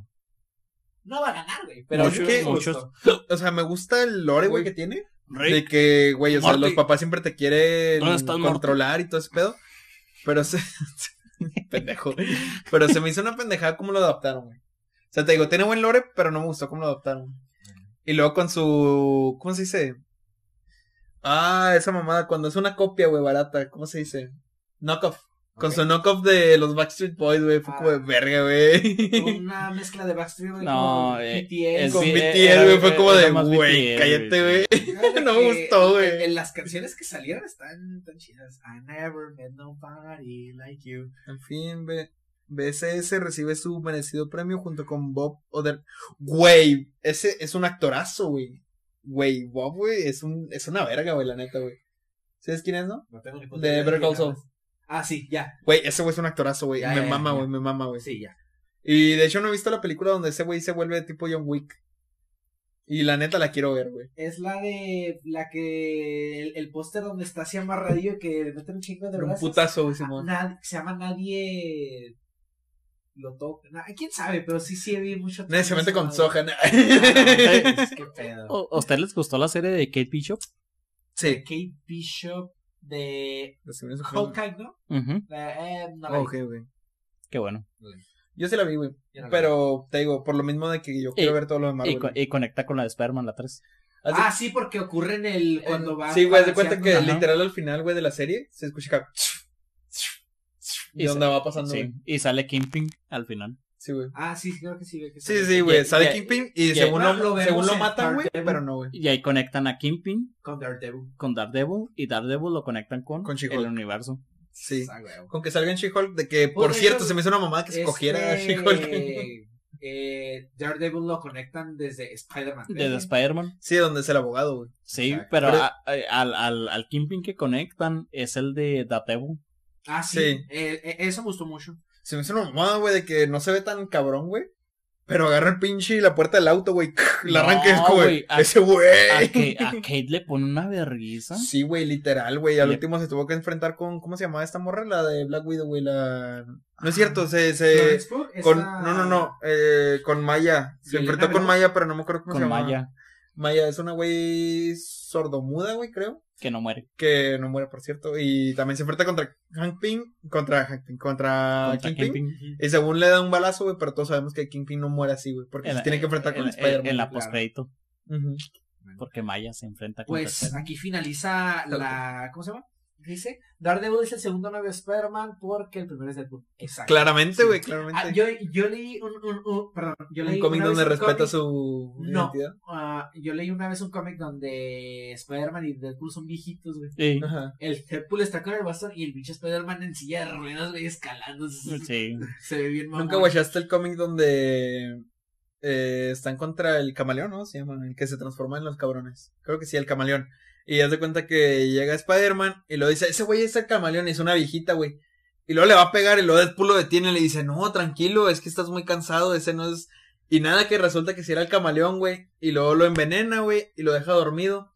D: No va a ganar, güey.
B: Pero
D: Pero
B: es que- O sea, me gusta el lore, güey, que tiene. De que, güey, o sea,
C: Morty.
B: los papás siempre te quieren
C: ¿Dónde está el Morty?
B: controlar y todo ese pedo. Pero se. pendejo. Pero se me hizo una pendejada cómo lo adaptaron, güey. O sea, te digo, tiene buen lore, pero no me gustó cómo lo adaptaron. Y luego con su. ¿Cómo se dice? Ah, esa mamada, cuando es una copia, güey, barata. ¿Cómo se dice? Knockoff. Con su knockoff de los Backstreet Boys, güey. Fue
D: Ah.
B: como de verga, güey.
D: Una mezcla de Backstreet Boys
C: No,
D: como con
C: eh,
D: BTS.
C: es
B: Con
C: sí,
B: BTS,
C: era-
B: güey. Fue como
C: era
B: de,
C: más
B: güey,
C: BTS,
B: cállate,
C: güey".
B: güey.
D: Fíjate
B: no me
D: que
B: gustó, güey.
D: en- en Las canciones que salieron están tan chidas. I never met nobody like you.
B: Al fin, B- BSS recibe su merecido premio junto con Bob Oder. Güey, ese es un actorazo, güey. Güey, Bob, güey, es, un, es una verga, güey, la neta, güey. ¿Sabes quién es, no?
D: No tengo ni
B: De
D: idea
B: Better
D: quién
B: Call Saul.
D: hablas. Ah, sí, ya.
B: Güey, ese güey es un actorazo, güey.
D: Ya,
B: Me
D: ya,
B: mama,
D: ya.
B: güey, me mama, güey.
D: Sí, ya.
B: Y de hecho no he visto la película donde ese güey se vuelve tipo John Wick. Y la neta la quiero ver, güey.
D: Es la de la que el, el póster donde está así amarradillo y que le meten un chingo de
B: Pero un
D: brazos.
B: putazo, güey,
D: Ah,
B: Simón.
D: Nadie, se llama Nadie lo toca. Na- quién sabe, pero sí sí vi mucho.
B: Nadie se mete con Sohan.
D: Es que pues, pedo.
C: ¿O- ¿A ustedes les gustó la serie de Kate Bishop?
B: sí.
D: Kate Bishop de
B: Los Sirenes Supremos.
D: Hawkeye, ¿no?
C: Ujú,
D: La- eh, no la vi.
B: Ok, güey.
C: Qué bueno.
B: Yo sí la vi, güey.
D: Yo no la vi.
B: Pero te digo, por lo mismo de que yo quiero
C: Y-
B: ver todo lo demás.
C: Y, co- y conecta con la de Spider-Man, la 3.
B: Así-
D: Ah, sí, porque ocurre en el. Cuando va.
B: Eh, Sí, güey, haz de cuenta que
D: balanceando la-
B: literal al final, güey, de la serie se escucha acá.
C: Y
B: ¿De dónde va pasando,
C: Sí,
B: güey?
C: y sale Kingpin al final.
B: Sí, güey.
D: Ah, sí, creo que sí. ve que
B: Sí,
D: sale.
B: sí, güey.
C: Ya-
B: Sale
C: ya-
B: Kingpin y
C: ya-
B: según,
D: No,
B: lo,
D: lo
B: según
D: vemos
B: lo
D: en
B: matan, güey.
D: Daredevil.
B: Pero no, güey.
C: Y ahí conectan a Kingpin
D: Con Daredevil.
C: con Daredevil y Daredevil lo conectan con,
B: Con She-Hulk.
C: el universo.
B: Sí.
D: Ah, güey.
B: Con que salga en She-Hulk, de que,
D: Pues,
B: por
D: de
B: cierto,
D: hecho,
B: se me hizo una mamada que se cogiera a
D: Este,
B: She-Hulk.
D: eh, Daredevil lo conectan desde Spider-Man.
C: Desde
D: ¿eh?
C: Spider-Man.
B: Sí, donde es el abogado, güey.
C: Sí,
D: Exacto.
C: pero,
B: Pero-
C: a- a- al, al, al Kingpin que conectan es el de Daredevil.
D: Ah, sí.
B: Sí.
D: Eh, eh, eso me gustó mucho.
B: Se me hizo una mamada, güey, de que no se ve tan cabrón, güey. Pero agarra el pinche y la puerta del auto, güey. La
C: No,
B: arranca y es como,
C: güey,
B: güey.
C: a-
B: Ese
C: A,
B: güey.
C: que, a Kate le pone una vergüenza.
B: Sí, güey, literal, güey. Al
C: Le-
B: último se tuvo que enfrentar con. ¿Cómo se llamaba esta morra? La de Black Widow, güey. La.
C: Ah,
B: No es cierto, se. se...
D: Florence Pugh es
B: Eh, Con...
D: la-
B: No, no, no. eh, con Maya. Se
D: Yelena
B: enfrentó con
D: Belova.
B: Maya, pero no me acuerdo cómo se
C: con
B: llamaba.
C: Maya,
B: Maya es una güey sordomuda, güey, creo.
C: que no muere.
B: Que no muere, por cierto. Y también se enfrenta contra Hank Ping. Contra Hank Ping. Contra,
C: Contra
B: Kingpin.
C: Kingpin.
B: Y según le da un balazo, güey, pero todos sabemos que Kingpin no muere así, güey. Porque
C: En
B: se
C: la-
B: tiene que enfrentar con
C: en-
B: Spider-Man.
C: En la
B: güey.
C: postcrédito,
B: Ujú.
C: porque Maya se enfrenta con
D: Pues aquí finaliza la. ¿Cómo se llama? Dice: Daredevil es el segundo novio de Spider-Man porque el primero es Deadpool. Exacto.
B: Claramente,
D: Sí.
B: güey,
D: Ah,
B: claramente.
D: yo, yo leí un, un- un- perdón, yo leí
B: un cómic
D: una
B: donde
D: vez un
B: respeta
D: cómic-
B: su
D: No.
B: identidad.
D: ah, yo leí una vez un cómic donde Spider-Man y Deadpool son viejitos, güey.
C: Sí,
B: Ajá.
D: El Deadpool está con el bastón y el pinche Spider-Man en silla de ruedas, güey, escalando.
C: sí.
D: Se ve bien mamón.
B: ¿Nunca watchaste el cómic donde eh, están contra el camaleón, ¿no? Se llama, el que se transforma en los cabrones. Creo que sí, el camaleón. Y haz de cuenta que llega Spider-Man y lo dice, ese güey es el camaleón, es una viejita, güey. Y luego le va a pegar y luego Deadpool lo detiene y le dice, no, tranquilo, es que estás muy cansado, ese no es... Y nada, que resulta que si era el camaleón, güey. Y luego lo envenena, güey, y lo deja dormido.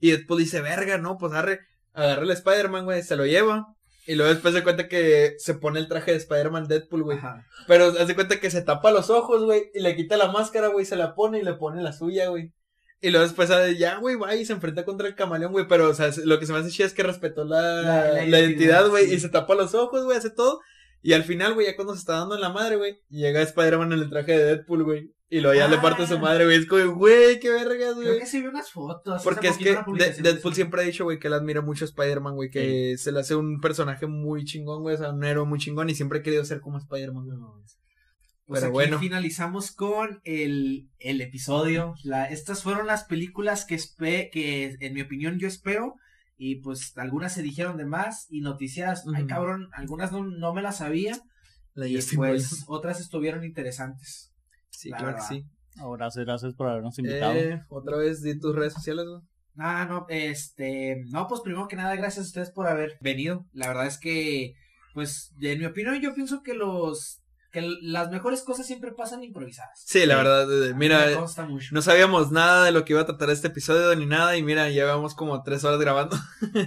B: Y después dice, verga, no, pues arre, agarra el Spider-Man, güey, se lo lleva. Y luego después se cuenta que se pone el traje de Spider-Man Deadpool, güey.
D: Ajá.
B: Pero hace cuenta que se tapa los ojos, güey, y le quita la máscara, güey, se la pone y le pone la suya, güey. Y luego después ah, ya, güey, va y se enfrenta contra el camaleón, güey. Pero, o sea, lo que se me hace chido es que respetó la,
D: La- la
B: la identidad,
D: identidad,
B: güey.
D: sí.
B: Y se tapa los ojos, güey, hace todo. Y al final, güey, ya cuando se está dando en la madre, güey, llega Spider-Man en el traje de Deadpool, güey. Y luego ya le
D: Ah.
B: parte su madre, güey. Es como, güey, qué
D: Creo
B: vergas, güey.
D: que se vio unas fotos.
B: Porque
D: hace
B: es
D: poquito
B: que
D: una
B: De-
D: publicación de
B: Deadpool
D: eso.
B: siempre ha dicho, güey, que él admira mucho a Spider-Man, güey, que se le hace un personaje muy chingón, güey, o sea, un héroe muy chingón y siempre ha querido ser como Spider-Man. güey.
D: Pues
B: Pero
D: aquí
B: bueno.
D: finalizamos con el, el episodio. La, estas fueron las películas que, espe- que, en mi opinión, yo espero. Y pues algunas se dijeron de más. Y noticias, ay
B: Ujú.
D: cabrón, algunas no, no me las sabía.
B: La
D: Y
B: Justin Bieber.
D: pues otras estuvieron interesantes.
B: Sí,
D: la
B: claro que
D: verdad.
B: sí.
C: Ahora, gracias por habernos invitado.
B: Eh, otra vez, di tus redes sociales, güey.
D: Ah, no, este, no, pues primero que nada, gracias a ustedes por haber venido. La verdad es que, pues, de mi opinión, yo pienso que los, que l- las mejores cosas siempre pasan improvisadas.
B: Sí, la
D: Eh,
B: verdad, eh,
D: a mí me
B: mira,
D: consta mucho.
B: no sabíamos nada de lo que iba a tratar este episodio ni nada y mira, ya llevamos como tres horas grabando.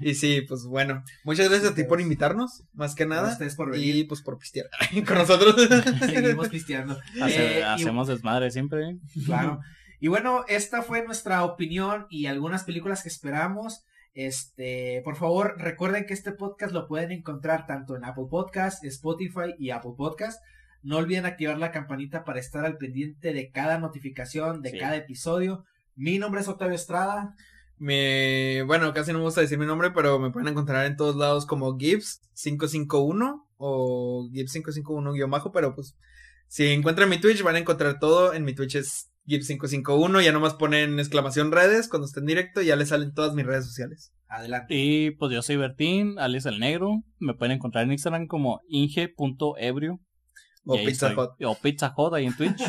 B: y sí, pues bueno, muchas gracias a ti por invitarnos, más que
D: pues. Gracias a
B: nada.
D: ustedes por venir.
B: Y pues por pistear con nosotros.
D: Seguimos pisteando.
C: Hace-
D: Eh, y-
C: hacemos desmadre siempre. ¿eh?
D: Claro. Y bueno, esta fue nuestra opinión y algunas películas que esperamos. Este, por favor, recuerden que este podcast lo pueden encontrar tanto en Apple Podcast, Spotify y Apple Podcast. No olviden activar la campanita para estar al pendiente de cada notificación, de
C: Sí.
D: cada episodio. Mi nombre es Octavio Estrada.
B: Me, bueno, casi no me gusta decir mi nombre, pero me pueden encontrar en todos lados como Gibbs551 o Gibbs551 guión bajo, pero pues si encuentran mi Twitch van a encontrar todo. En mi Twitch es Gibbs551, ya nomás ponen exclamación redes cuando estén directo y ya les salen todas mis redes sociales.
D: Adelante.
C: Y pues yo soy Bertín, Alex el Negro. Me pueden encontrar en Instagram como inge.ebrio.
B: O
C: y ahí
B: Pizza
C: estoy.
B: Hot,
C: O Pizza Hot ahí en Twitch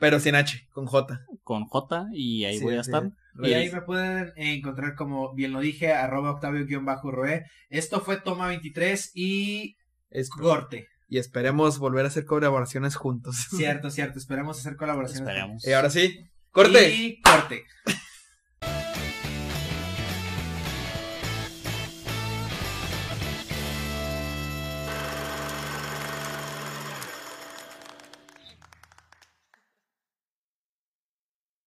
B: pero sin H, con J.
C: con J y ahí
B: Sí,
C: voy a
B: sí.
C: estar.
D: Y ahí
B: Redes.
D: me pueden encontrar, como bien lo dije, arroba octavio-roe. Esto fue Toma 23 y
B: Es-
D: corte.
B: y esperemos volver a hacer colaboraciones juntos.
C: Eh,
D: Cierto, cierto. Esperamos hacer colaboraciones.
C: Esperemos.
B: Y ahora sí, corte.
D: Y corte.